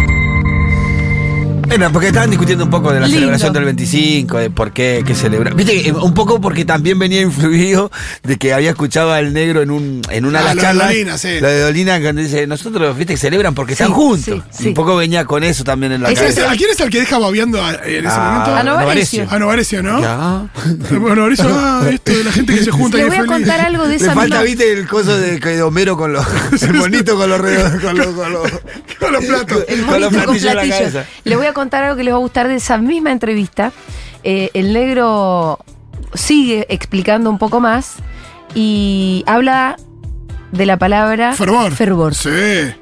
Speaker 3: Bueno, porque estaban discutiendo un poco de la
Speaker 1: Lindo.
Speaker 3: celebración del 25, de por qué, qué celebrar. Viste, eh, un poco porque también venía influido de que había escuchado al negro en, un, en una de
Speaker 2: Ah,
Speaker 3: las
Speaker 2: lo de
Speaker 3: charlas.
Speaker 2: Dolina, sí.
Speaker 3: Lo de Dolina, cuando dice, nosotros, viste, que celebran porque
Speaker 1: Sí,
Speaker 3: están juntos.
Speaker 1: sí, sí.
Speaker 3: Un poco venía con eso también en la
Speaker 1: Es
Speaker 2: ¿Quién es
Speaker 3: cabeza. Ah,
Speaker 2: el- ¿A quién es el que deja babeando a- en ese momento?
Speaker 1: A Novarecio.
Speaker 2: A Novarecio,
Speaker 1: Ah,
Speaker 2: ¿no?
Speaker 3: Ya.
Speaker 2: Bueno, Novarecio, ah, esto de la gente que se junta y
Speaker 1: Le
Speaker 2: es
Speaker 1: voy a
Speaker 2: feliz.
Speaker 1: contar algo de
Speaker 3: Le
Speaker 1: esa
Speaker 3: falta,
Speaker 1: misma-
Speaker 3: viste, el coso de, de Homero con los. El monito con los redos. Con los, con los,
Speaker 2: Con los platos.
Speaker 1: El
Speaker 3: con los
Speaker 1: monito con
Speaker 3: platillos en la
Speaker 1: platillos.
Speaker 3: cabeza.
Speaker 1: Les voy a contar algo que les va a gustar de esa misma entrevista. Eh, el negro sigue explicando un poco más y habla de la palabra
Speaker 2: Fervor. Sí.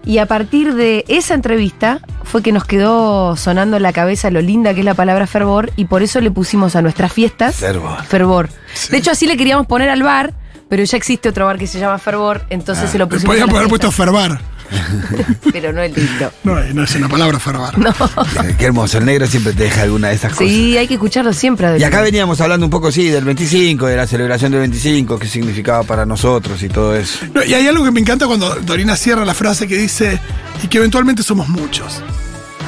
Speaker 1: Y a partir de esa entrevista fue que nos quedó sonando en la cabeza lo linda que es la palabra fervor y por eso le pusimos a nuestras fiestas
Speaker 3: Fervor.
Speaker 1: Fervor. De hecho, así le queríamos poner al bar, pero ya existe otro bar que se llama Fervor, entonces se lo
Speaker 2: Le
Speaker 1: pusimos. a
Speaker 2: podían
Speaker 1: las
Speaker 2: Ah, haber puesto
Speaker 1: fiestas.
Speaker 2: fervar.
Speaker 1: pero no el lindo.
Speaker 2: No, eh, no es una palabra farbar. No.
Speaker 3: eh, Qué hermoso, el negro siempre te deja alguna de esas cosas.
Speaker 1: Sí, hay que escucharlo siempre.
Speaker 3: Y
Speaker 1: Adelina.
Speaker 3: acá veníamos hablando un poco, sí, del 25, de la celebración del 25, qué significaba para nosotros y todo eso.
Speaker 2: y hay algo que me encanta cuando Dorina cierra la frase que dice, y que eventualmente somos muchos.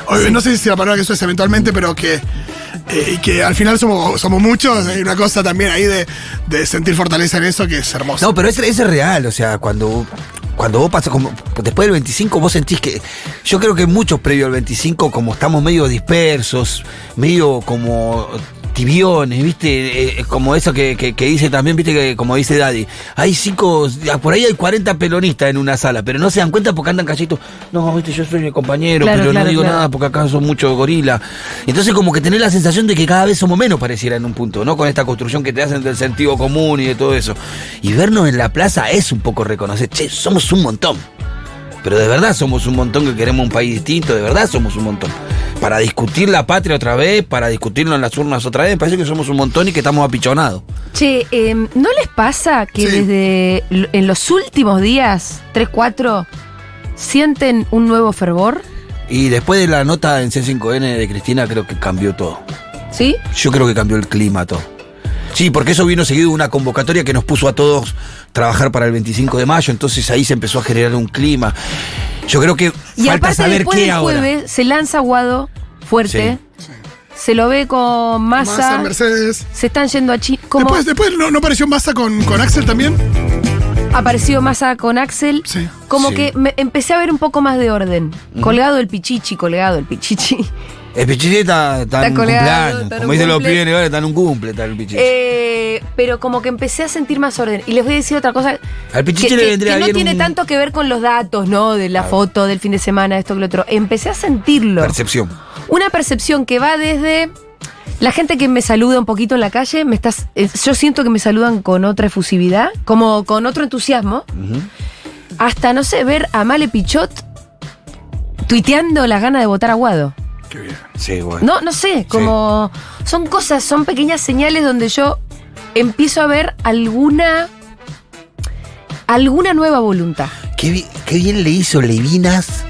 Speaker 2: O, No sé si la palabra que eso es eventualmente, pero que, eh, y que al final somos, somos muchos. Hay una cosa también ahí de, de sentir fortaleza en eso que es hermosa.
Speaker 3: No, pero ese, ese es real, o sea, cuando, cuando vos pasas, como, después del 25 vos sentís que, yo creo que muchos previo al 25, como estamos medio dispersos, medio como tibiones, viste, Eh, como eso que, que- que dice también, viste, que como dice Daddy, hay cinco, ah, por ahí hay 40 pelonistas en una sala, pero no se dan cuenta porque andan calladitos, no, viste, yo soy el compañero,
Speaker 1: Claro,
Speaker 3: pero
Speaker 1: claro,
Speaker 3: no digo
Speaker 1: claro.
Speaker 3: nada porque acá son muchos gorilas. Entonces como que tenés la sensación de que cada vez somos menos pareciera en un punto, ¿no? Con esta construcción que te hacen del sentido común y de todo eso. Y vernos en la plaza es un poco reconocer, che, somos un montón. Pero de verdad somos un montón que queremos un país distinto, de verdad somos un montón. Para discutir la patria otra vez, para discutirlo en las urnas otra vez, me parece que somos un montón y que estamos apichonados.
Speaker 1: Che, eh, ¿no les pasa que
Speaker 2: Sí.
Speaker 1: desde l- en los últimos días, 3, 4, sienten un nuevo fervor?
Speaker 3: Y después de la nota en C5N de Cristina creo que cambió todo.
Speaker 1: ¿Sí?
Speaker 3: Yo creo que cambió el clima todo. Sí, porque eso vino seguido de una convocatoria que nos puso a todos trabajar para el 25 de mayo, entonces ahí se empezó a generar un clima. Yo creo que
Speaker 1: Y
Speaker 3: falta
Speaker 1: aparte
Speaker 3: saber
Speaker 1: después
Speaker 3: qué
Speaker 1: del
Speaker 3: ahora.
Speaker 1: jueves se lanza Guado fuerte, se lo ve con
Speaker 2: Massa,
Speaker 1: Massa,
Speaker 2: Mercedes.
Speaker 1: se están yendo a China. Como
Speaker 2: Después, después ¿no, no apareció Massa con, con Axel también.
Speaker 1: apareció Massa con Axel,
Speaker 2: Sí.
Speaker 1: como
Speaker 3: Sí.
Speaker 1: que me- empecé a ver un poco más de orden. Colgado el pichichi, colgado el pichichi.
Speaker 3: El pichichi está, está
Speaker 1: Está
Speaker 3: en un
Speaker 1: colgado,
Speaker 3: cumpleaños.
Speaker 1: está en
Speaker 3: Como
Speaker 1: un
Speaker 3: dicen los
Speaker 1: cumple.
Speaker 3: pibes, ahora está en un cumple, está el pichichi.
Speaker 1: Eh, pero como que empecé a sentir más orden. Y les voy a decir otra cosa.
Speaker 3: Al Pichichi
Speaker 1: que,
Speaker 3: le
Speaker 1: que-
Speaker 3: vendría
Speaker 1: que no
Speaker 3: bien
Speaker 1: tiene
Speaker 3: un-
Speaker 1: tanto que ver con los datos, ¿no? De la foto, del fin de semana, esto que lo otro. Empecé a sentirlo.
Speaker 3: Percepción.
Speaker 1: Una percepción que va desde. La gente que me saluda un poquito en la calle, me estás, eh, yo siento que me saludan con otra efusividad, como con otro entusiasmo. Hasta, no sé, ver a Male Pichot tuiteando las ganas de votar a Guado.
Speaker 2: Qué bien.
Speaker 3: Sí, bueno.
Speaker 1: No, no sé, como son cosas, son pequeñas señales donde yo empiezo a ver alguna alguna nueva voluntad.
Speaker 3: Qué, bi- qué bien le hizo Levinas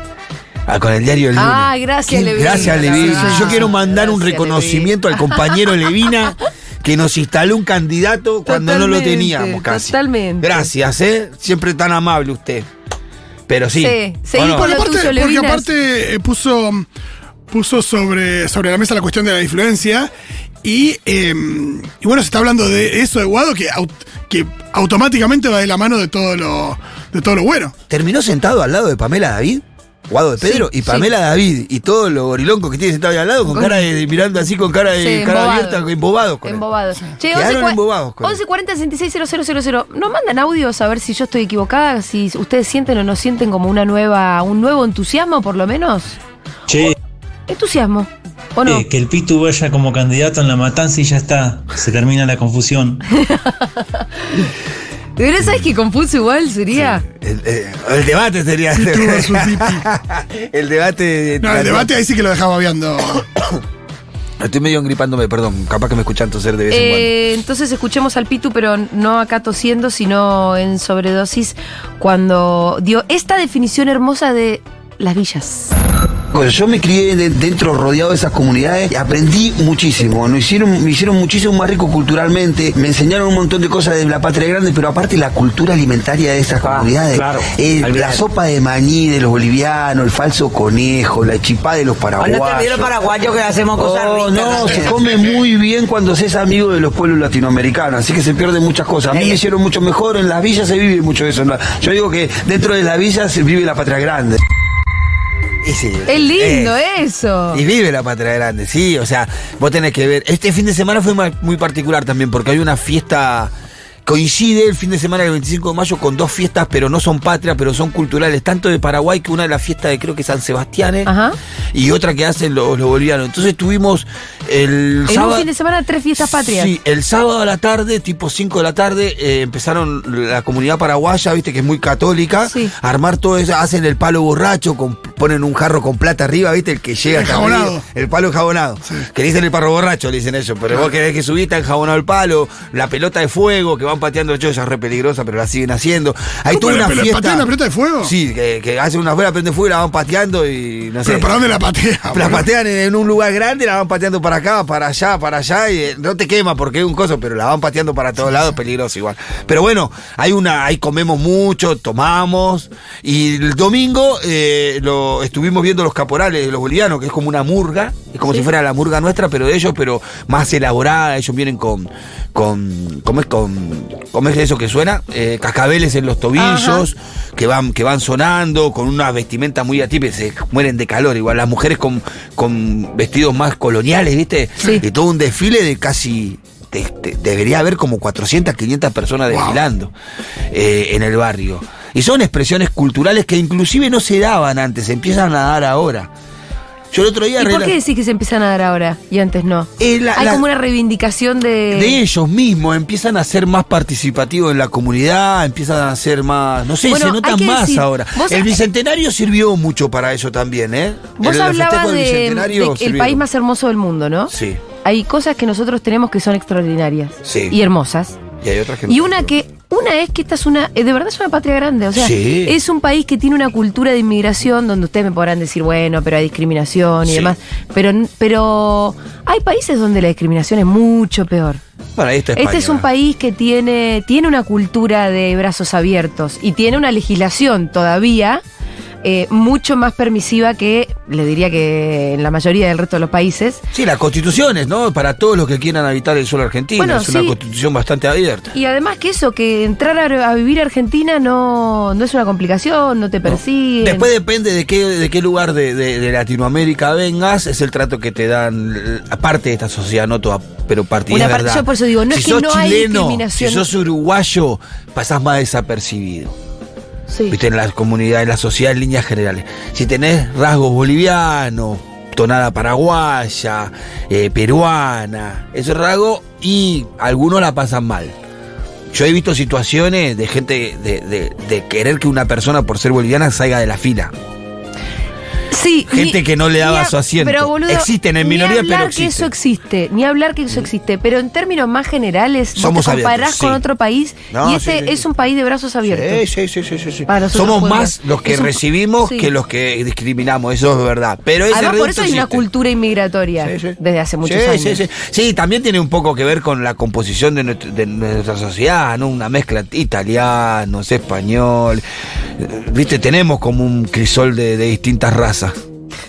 Speaker 3: a- con el diario El Lunes.
Speaker 1: Ah, gracias,
Speaker 3: Qué-
Speaker 1: Levinas,
Speaker 3: Gracias,
Speaker 1: la
Speaker 3: Levinas.
Speaker 1: verdad.
Speaker 3: Yo quiero mandar un
Speaker 1: Gracias,
Speaker 3: reconocimiento al compañero Levina que nos instaló un candidato cuando no lo
Speaker 1: Totalmente,
Speaker 3: teníamos casi.
Speaker 1: totalmente.
Speaker 3: Gracias, ¿eh? Siempre tan amable usted. Pero sí.
Speaker 1: Sí, seguí
Speaker 3: ¿o no?
Speaker 1: por
Speaker 2: Porque
Speaker 1: lo
Speaker 2: aparte,
Speaker 1: tuyo,
Speaker 2: porque
Speaker 1: Levinas.
Speaker 2: aparte, eh, puso, puso sobre, sobre la mesa la cuestión de la influencia. Y, eh, y bueno, se está hablando de eso de Guado que, au- que automáticamente va de la mano de todo lo, de todo lo bueno.
Speaker 3: Terminó sentado al lado de Pamela David. Guado de Pedro
Speaker 1: Sí,
Speaker 3: y Pamela David y todos los goriloncos que tiene sentado ahí al lado con cara de, de- mirando así con cara de
Speaker 1: Sí,
Speaker 3: Eh, cara
Speaker 1: embobado.
Speaker 3: abierta, embobados con él.
Speaker 1: Embobados. Che,
Speaker 3: Quedaron
Speaker 1: 11 cua-
Speaker 3: embobados con él.
Speaker 1: 1140 660000. Nos mandan audios a ver si yo estoy equivocada, si ustedes sienten o no sienten como una nueva un nuevo entusiasmo por lo menos.
Speaker 7: Che,
Speaker 1: Entusiasmo. ¿O no?
Speaker 7: eh, que el Pitu vaya como candidato en la matanza y ya está. Se termina la confusión.
Speaker 1: Pero sabes que confuso igual sería.
Speaker 3: El, eh, el debate sería. este.
Speaker 2: Pitu versus
Speaker 3: el debate. de-
Speaker 2: No, el debate ahí sí que lo dejaba viendo.
Speaker 3: Estoy medio engripándome, perdón. Capaz que me escuchan toser de vez en cuando.
Speaker 1: Eh, entonces escuchemos al Pitu, pero no acá tosiendo, sino en sobredosis, cuando dio esta definición hermosa de las villas.
Speaker 6: Pues yo me crié de- dentro, rodeado de esas comunidades, y aprendí muchísimo. Nos hicieron, me hicieron muchísimo más rico culturalmente, me enseñaron un montón de cosas de la patria grande, pero aparte la cultura alimentaria de esas comunidades.
Speaker 8: claro.
Speaker 6: Eh, la
Speaker 8: Olvidate.
Speaker 6: sopa de maní de los bolivianos, el falso conejo, la chipá de los paraguayos.
Speaker 8: los paraguayos que hacemos cosas
Speaker 6: Oh,
Speaker 8: ricas.
Speaker 6: no, se come muy bien cuando se es amigo de los pueblos latinoamericanos, así que se pierden muchas cosas. A mí me hicieron mucho mejor, en las villas se vive mucho eso. en la- Yo digo que dentro de las villas se vive la patria grande.
Speaker 3: Y sí,
Speaker 1: Es lindo ¿eh?
Speaker 3: es.
Speaker 1: eso.
Speaker 3: Eh, Y vive la patria grande, sí. O sea, vos tenés que ver. Este fin de semana fue ma- muy particular también, porque hay una fiesta. Coincide el fin de semana del 25 de mayo con dos fiestas, pero no son patrias, pero son culturales, tanto de Paraguay que una de las fiestas de creo que San Sebastián eh,
Speaker 1: Ajá.
Speaker 3: y otra que hacen los, los bolivianos. Entonces tuvimos
Speaker 1: En
Speaker 3: el
Speaker 1: un
Speaker 3: sábado.
Speaker 1: fin de semana, tres fiestas patrias.
Speaker 3: Sí, el sábado a la tarde, tipo 5 de la tarde, eh, empezaron la comunidad paraguaya, viste que es muy católica,
Speaker 1: Sí.
Speaker 3: a armar todo eso, hacen el palo borracho con ponen un jarro con plata arriba, ¿viste? El que llega hasta
Speaker 2: Enjabonado.
Speaker 3: arriba, El palo enjabonado. Que le dicen el parro borracho, le dicen eso. Pero
Speaker 2: Ah.
Speaker 3: vos querés que subís, está enjabonado el palo. La pelota de fuego que van pateando yo, esa es re peligrosa, pero la siguen haciendo. Hay
Speaker 2: ¿Cómo
Speaker 3: toda
Speaker 2: la
Speaker 3: una
Speaker 2: pelo-
Speaker 3: fiesta.
Speaker 2: patean la pelota de fuego?
Speaker 3: Sí, que, que hacen una bola, prende fuego y la van pateando y no sé.
Speaker 2: ¿Pero para dónde la patea?
Speaker 3: La
Speaker 2: boludo?
Speaker 3: patean en, en un lugar grande, la van pateando para acá, para allá, para allá, y eh, no te quema porque es un coso, pero la van pateando para todos lados, peligroso igual. Pero bueno, hay una, ahí comemos mucho, tomamos, y el domingo eh, lo estuvimos viendo los caporales, los bolivianos, que es como una murga, es como si fuera la murga nuestra, pero de ellos, pero más elaborada, ellos vienen con, con, ¿cómo es? Con, ¿cómo es eso que suena? Eh, cascabeles en los tobillos, que van, que van sonando, con una vestimenta muy atípica, se mueren de calor, igual las mujeres con, con vestidos más coloniales, ¿viste?
Speaker 1: Sí.
Speaker 3: Y todo un desfile de casi... de- de- debería haber como 400, 500 personas desfilando eh, en el barrio. Y son expresiones culturales que inclusive no se daban antes, se empiezan a dar ahora. Yo el otro día...
Speaker 1: ¿Y por
Speaker 3: rela-
Speaker 1: qué decís que se empiezan a dar ahora y antes no?
Speaker 3: Eh, la-
Speaker 1: Hay
Speaker 3: la-
Speaker 1: como una reivindicación de...
Speaker 3: de ellos mismos, empiezan a ser más participativos en la comunidad, empiezan a ser más, no sé,
Speaker 1: Bueno,
Speaker 3: se
Speaker 1: hay
Speaker 3: notan
Speaker 1: que
Speaker 3: más
Speaker 1: decir,
Speaker 3: ahora.
Speaker 1: vos-
Speaker 3: El bicentenario sirvió mucho para eso también, ¿eh?
Speaker 1: Vos
Speaker 3: el,
Speaker 1: hablabas
Speaker 3: festejo del
Speaker 1: de,
Speaker 3: bicentenario
Speaker 1: de el
Speaker 3: sirvieron.
Speaker 1: país más hermoso del mundo, ¿no?
Speaker 3: Sí,
Speaker 1: Hay cosas que nosotros tenemos que son extraordinarias
Speaker 3: Sí.
Speaker 1: y hermosas.
Speaker 3: y hay otras que no.
Speaker 1: Y una que, una es que esta es una, eh, de verdad es una patria grande, o sea,
Speaker 3: Sí.
Speaker 1: es un país que tiene una cultura de inmigración donde ustedes me podrán decir, bueno, pero hay discriminación y
Speaker 3: Sí.
Speaker 1: demás, pero, n- pero hay países donde la discriminación es mucho peor.
Speaker 3: Bueno, ahí está
Speaker 1: Este
Speaker 3: España,
Speaker 1: es un
Speaker 3: ¿no?
Speaker 1: país que tiene, tiene una cultura de brazos abiertos y tiene una legislación todavía eh, mucho más permisiva que, le diría que en la mayoría del resto de los países.
Speaker 3: Sí, las constituciones, ¿no? Para todos los que quieran habitar el suelo argentino,
Speaker 1: Bueno,
Speaker 3: es una
Speaker 1: sí.
Speaker 3: constitución bastante abierta.
Speaker 1: Y además que eso, que entrar a, a vivir a Argentina no, no es una complicación, no te persiguen.
Speaker 3: Después depende de qué, de qué lugar de, de- de Latinoamérica vengas, es el trato que te dan, aparte de esta sociedad, no toda, pero partida
Speaker 1: Una parte-
Speaker 3: verdad.
Speaker 1: yo por eso digo, no
Speaker 3: si
Speaker 1: es que
Speaker 3: sos
Speaker 1: no hay
Speaker 3: chileno,
Speaker 1: discriminación.
Speaker 3: Si sos uruguayo, pasás más desapercibido.
Speaker 1: Sí.
Speaker 3: Viste, en las comunidades, en la sociedad en líneas generales. Si tenés rasgos bolivianos, tonada paraguaya, eh, peruana, ese rasgo, y algunos la pasan mal. Yo he visto situaciones de gente de, de- de querer que una persona por ser boliviana salga de la fila.
Speaker 1: Sí,
Speaker 3: Gente que no le daba
Speaker 1: ni
Speaker 3: su asiento.
Speaker 1: Pero boludo,
Speaker 3: Existen en
Speaker 1: ni
Speaker 3: minoría,
Speaker 1: hablar
Speaker 3: pero
Speaker 1: que
Speaker 3: existen.
Speaker 1: eso existe, ni hablar que eso existe, pero en términos más generales, vos
Speaker 3: Somos
Speaker 1: te comparás
Speaker 3: abiertos, sí.
Speaker 1: con otro país
Speaker 3: No,
Speaker 1: y
Speaker 3: sí,
Speaker 1: este
Speaker 3: sí, sí.
Speaker 1: es un país de brazos abiertos.
Speaker 3: Eh, Sí, sí, sí, sí, sí.
Speaker 1: Para nosotros
Speaker 3: Somos
Speaker 1: juega.
Speaker 3: más los que
Speaker 1: Es un-
Speaker 3: recibimos
Speaker 1: sí.
Speaker 3: que los que discriminamos, eso es verdad. Pero ese
Speaker 1: Además, por
Speaker 3: reducto
Speaker 1: eso hay una
Speaker 3: existe.
Speaker 1: cultura inmigratoria
Speaker 3: Sí, sí.
Speaker 1: desde hace muchos
Speaker 3: Sí,
Speaker 1: años.
Speaker 3: Sí, sí. Sí, también tiene un poco que ver con la composición de, nuestro- de nuestra sociedad, ¿no? Una mezcla italiano, español. Eh, Viste, tenemos como un crisol de, de distintas razas.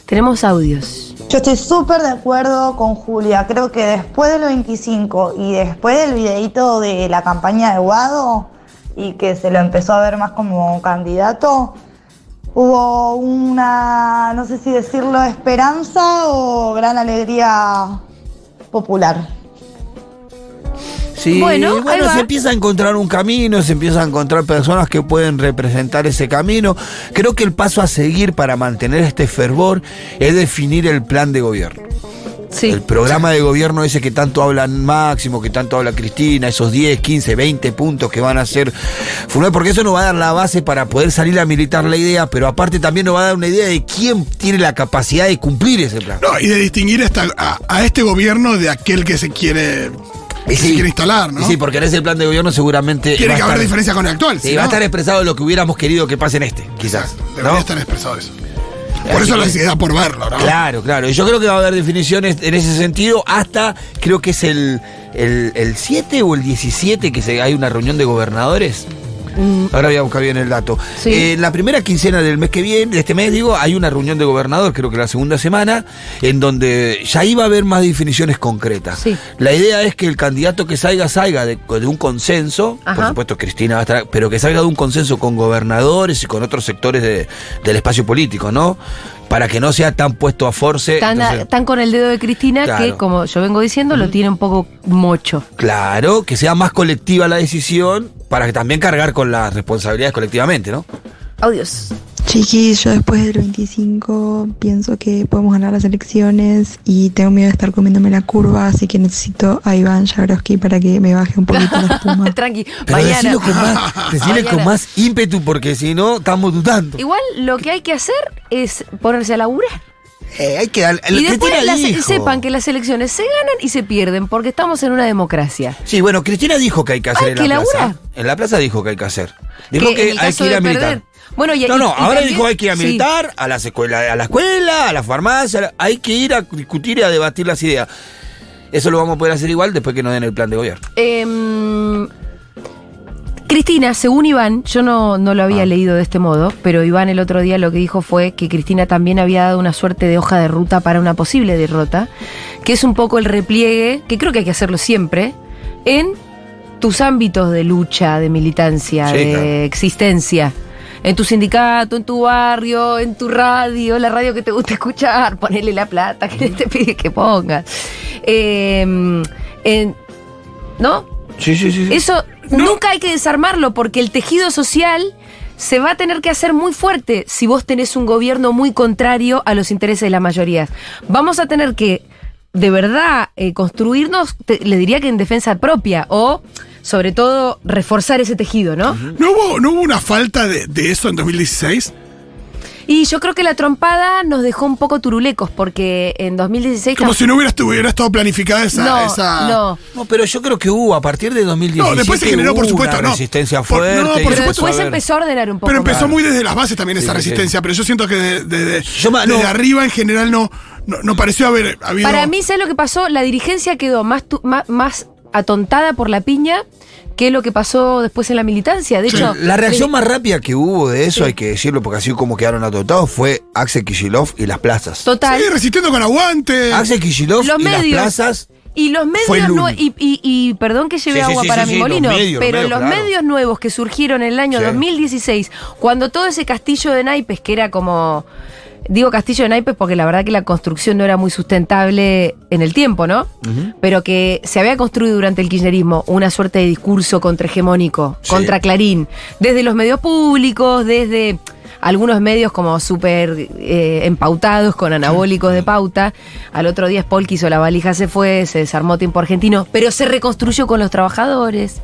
Speaker 1: Tenemos audios.
Speaker 9: Yo estoy súper de acuerdo con Julia. Creo que después del 25 y después del videíto de la campaña de Guado y que se lo empezó a ver más como candidato, hubo una, no sé si decirlo, esperanza o gran alegría popular.
Speaker 3: Sí,
Speaker 1: Bueno, ahí va.
Speaker 3: se empieza a encontrar un camino, se empieza a encontrar personas que pueden representar ese camino. Creo que el paso a seguir para mantener este fervor es definir el plan de gobierno.
Speaker 1: Sí.
Speaker 3: El programa de gobierno ese que tanto hablan Máximo, que tanto habla Cristina, esos 10, 15, 20 puntos que van a hacer Fulano, porque eso nos va a dar la base para poder salir a militar la idea, pero aparte también nos va a dar una idea de quién tiene la capacidad de cumplir ese plan.
Speaker 2: No, y de distinguir hasta a, a este gobierno de aquel que se quiere, que se quiere instalar,
Speaker 3: Y
Speaker 2: ¿no?
Speaker 3: sí, porque en ese plan de gobierno seguramente.
Speaker 2: Tiene
Speaker 3: va a
Speaker 2: que haber
Speaker 3: estar-
Speaker 2: diferencia con el actual.
Speaker 3: Sí,
Speaker 2: si
Speaker 3: va a
Speaker 2: no,
Speaker 3: estar expresado lo que hubiéramos querido que pase en este, quizás.
Speaker 2: Debería
Speaker 3: ¿no?
Speaker 2: estar expresado eso.
Speaker 3: Así
Speaker 2: Por eso la
Speaker 3: que-
Speaker 2: ansiedad por verlo, ¿no?
Speaker 3: Claro, claro. Y Yo creo que va a haber definiciones en ese sentido hasta, creo que es el, el, el 7 o el 17 que se, hay una reunión de gobernadores. Ahora voy a buscar bien el dato.
Speaker 1: Mm. Sí.
Speaker 3: Eh, la primera quincena del mes que viene, de este mes digo, hay una reunión de gobernador, creo que la segunda semana, en donde ya iba a haber más definiciones concretas.
Speaker 1: Sí.
Speaker 3: La idea es que el candidato que salga, salga de, de un consenso, por
Speaker 1: Ajá.
Speaker 3: supuesto Cristina va a estar, pero que salga de un consenso con gobernadores y con otros sectores de- del espacio político, ¿no? Para que no sea tan puesto a force.
Speaker 1: Tan,
Speaker 3: entonces-
Speaker 1: tan con el dedo de Cristina
Speaker 3: Claro.
Speaker 1: que, como yo vengo diciendo, lo tiene un poco mocho.
Speaker 3: Claro, que sea más colectiva la decisión para que también cargar con las responsabilidades colectivamente, ¿no?
Speaker 1: Audios.
Speaker 10: Chiquis, yo después del 25 pienso que podemos ganar las elecciones y tengo miedo de estar comiéndome la curva, así que necesito a Iván Jabrowski para que me baje un poquito la espuma.
Speaker 1: Tranqui,
Speaker 3: Pero
Speaker 1: mañana.
Speaker 3: decilo con más, decile con
Speaker 1: Mañana.
Speaker 3: más ímpetu, porque si no, estamos dudando.
Speaker 1: Igual lo que hay que hacer es ponerse a laburar.
Speaker 3: Eh, hay que dar.
Speaker 1: y después las- sepan que las elecciones se ganan y se pierden, porque estamos en una democracia.
Speaker 3: Sí, bueno, Cristina dijo que hay que hacer
Speaker 1: Ay,
Speaker 3: en
Speaker 1: que
Speaker 3: la
Speaker 1: laburar.
Speaker 3: plaza. En la plaza dijo que hay que hacer. Dijo que,
Speaker 1: en el
Speaker 3: hay
Speaker 1: caso
Speaker 3: que ir
Speaker 1: de
Speaker 3: a militar.
Speaker 1: perder. Bueno, y,
Speaker 3: No,
Speaker 1: y-
Speaker 3: no,
Speaker 1: y
Speaker 3: ahora
Speaker 1: también-
Speaker 3: dijo hay que ir a
Speaker 1: sí.
Speaker 3: militar, a las escuelas, a la escuela, a la farmacia, a la- hay que ir a discutir y a debatir las ideas. Eso lo vamos a poder hacer igual después que nos den el plan de gobierno.
Speaker 1: Em, Cristina, según Iván, yo no, no lo
Speaker 3: Ah.
Speaker 1: había leído de este modo, pero Iván el otro día lo que dijo fue que Cristina también había dado una suerte de hoja de ruta para una posible derrota, que es un poco el repliegue, que creo que hay que hacerlo siempre, en tus ámbitos de lucha, de militancia,
Speaker 3: Sí,
Speaker 1: de
Speaker 3: claro.
Speaker 1: existencia. En tu sindicato, en tu barrio, en tu radio, la radio que te gusta escuchar, ponele la plata que te pide que pongas. Em, en- ¿No?
Speaker 3: Sí, sí, sí.
Speaker 1: Eso nunca hay que desarmarlo porque el tejido social se va a tener que hacer muy fuerte si vos tenés un gobierno muy contrario a los intereses de las mayorías. Vamos a tener que, de verdad, eh, construirnos, te- le diría que en defensa propia o, sobre todo, reforzar ese tejido, ¿no?
Speaker 2: ¿No hubo, ¿No hubo una falta de, de eso en 2016?
Speaker 1: Y yo creo que la trompada nos dejó un poco turulecos porque en 2016...
Speaker 2: Como
Speaker 1: tam-
Speaker 2: si no hubiera, estu- hubiera estado planificada esa...
Speaker 1: no,
Speaker 2: esa-
Speaker 1: no.
Speaker 3: No, pero yo creo que hubo, a partir de 2017
Speaker 2: No, después se generó, por
Speaker 3: hubo
Speaker 2: supuesto,
Speaker 3: una
Speaker 2: no.
Speaker 3: resistencia
Speaker 2: Por- no,
Speaker 3: fuerte.
Speaker 2: por
Speaker 1: Pero
Speaker 3: y
Speaker 2: supuesto.
Speaker 3: empezó a
Speaker 1: después
Speaker 3: haber-
Speaker 1: empezó a ordenar un poco.
Speaker 2: Pero empezó
Speaker 1: más.
Speaker 2: muy desde las bases también
Speaker 3: Sí,
Speaker 2: esa
Speaker 3: sí, sí.
Speaker 2: resistencia, pero yo siento que de, de- de-
Speaker 3: Yo ma-
Speaker 2: desde
Speaker 3: no.
Speaker 2: arriba en general no, no, no pareció haber habido...
Speaker 1: Para mí, ¿sabes lo que pasó? La dirigencia quedó más, tu- ma- más, atontada por la piña que lo que pasó después en la militancia. De hecho,
Speaker 3: La reacción
Speaker 1: eh,
Speaker 3: más rápida que hubo de eso,
Speaker 1: Sí.
Speaker 3: hay que decirlo, porque así como quedaron atotados, fue Axel Kishilov y las plazas.
Speaker 1: total.
Speaker 2: Sigue resistiendo con aguante.
Speaker 3: Axel Kishilov
Speaker 1: Los
Speaker 3: y las
Speaker 1: medios.
Speaker 3: plazas.
Speaker 1: Y los
Speaker 3: Fue el
Speaker 1: medios no,
Speaker 3: único.
Speaker 1: y, y- y perdón que lleve
Speaker 3: Sí, sí,
Speaker 1: agua
Speaker 3: sí,
Speaker 1: para
Speaker 3: sí,
Speaker 1: mi
Speaker 3: sí, los
Speaker 1: molino,
Speaker 3: medios, los
Speaker 1: pero
Speaker 3: medios,
Speaker 1: los
Speaker 3: claro.
Speaker 1: medios nuevos que surgieron en el año
Speaker 3: Sí.
Speaker 1: 2016, cuando todo ese castillo de naipes que era como digo castillo de naipes porque la verdad que la construcción no era muy sustentable en el tiempo, ¿no? Pero que se había construido durante el kirchnerismo una suerte de discurso contrahegemónico,
Speaker 3: Sí.
Speaker 1: contra Clarín, desde los medios públicos, desde algunos medios como súper eh, empautados con anabólicos de pauta. Al otro día Spolky hizo la valija, se fue, se desarmó tiempo argentino, pero se reconstruyó con los trabajadores.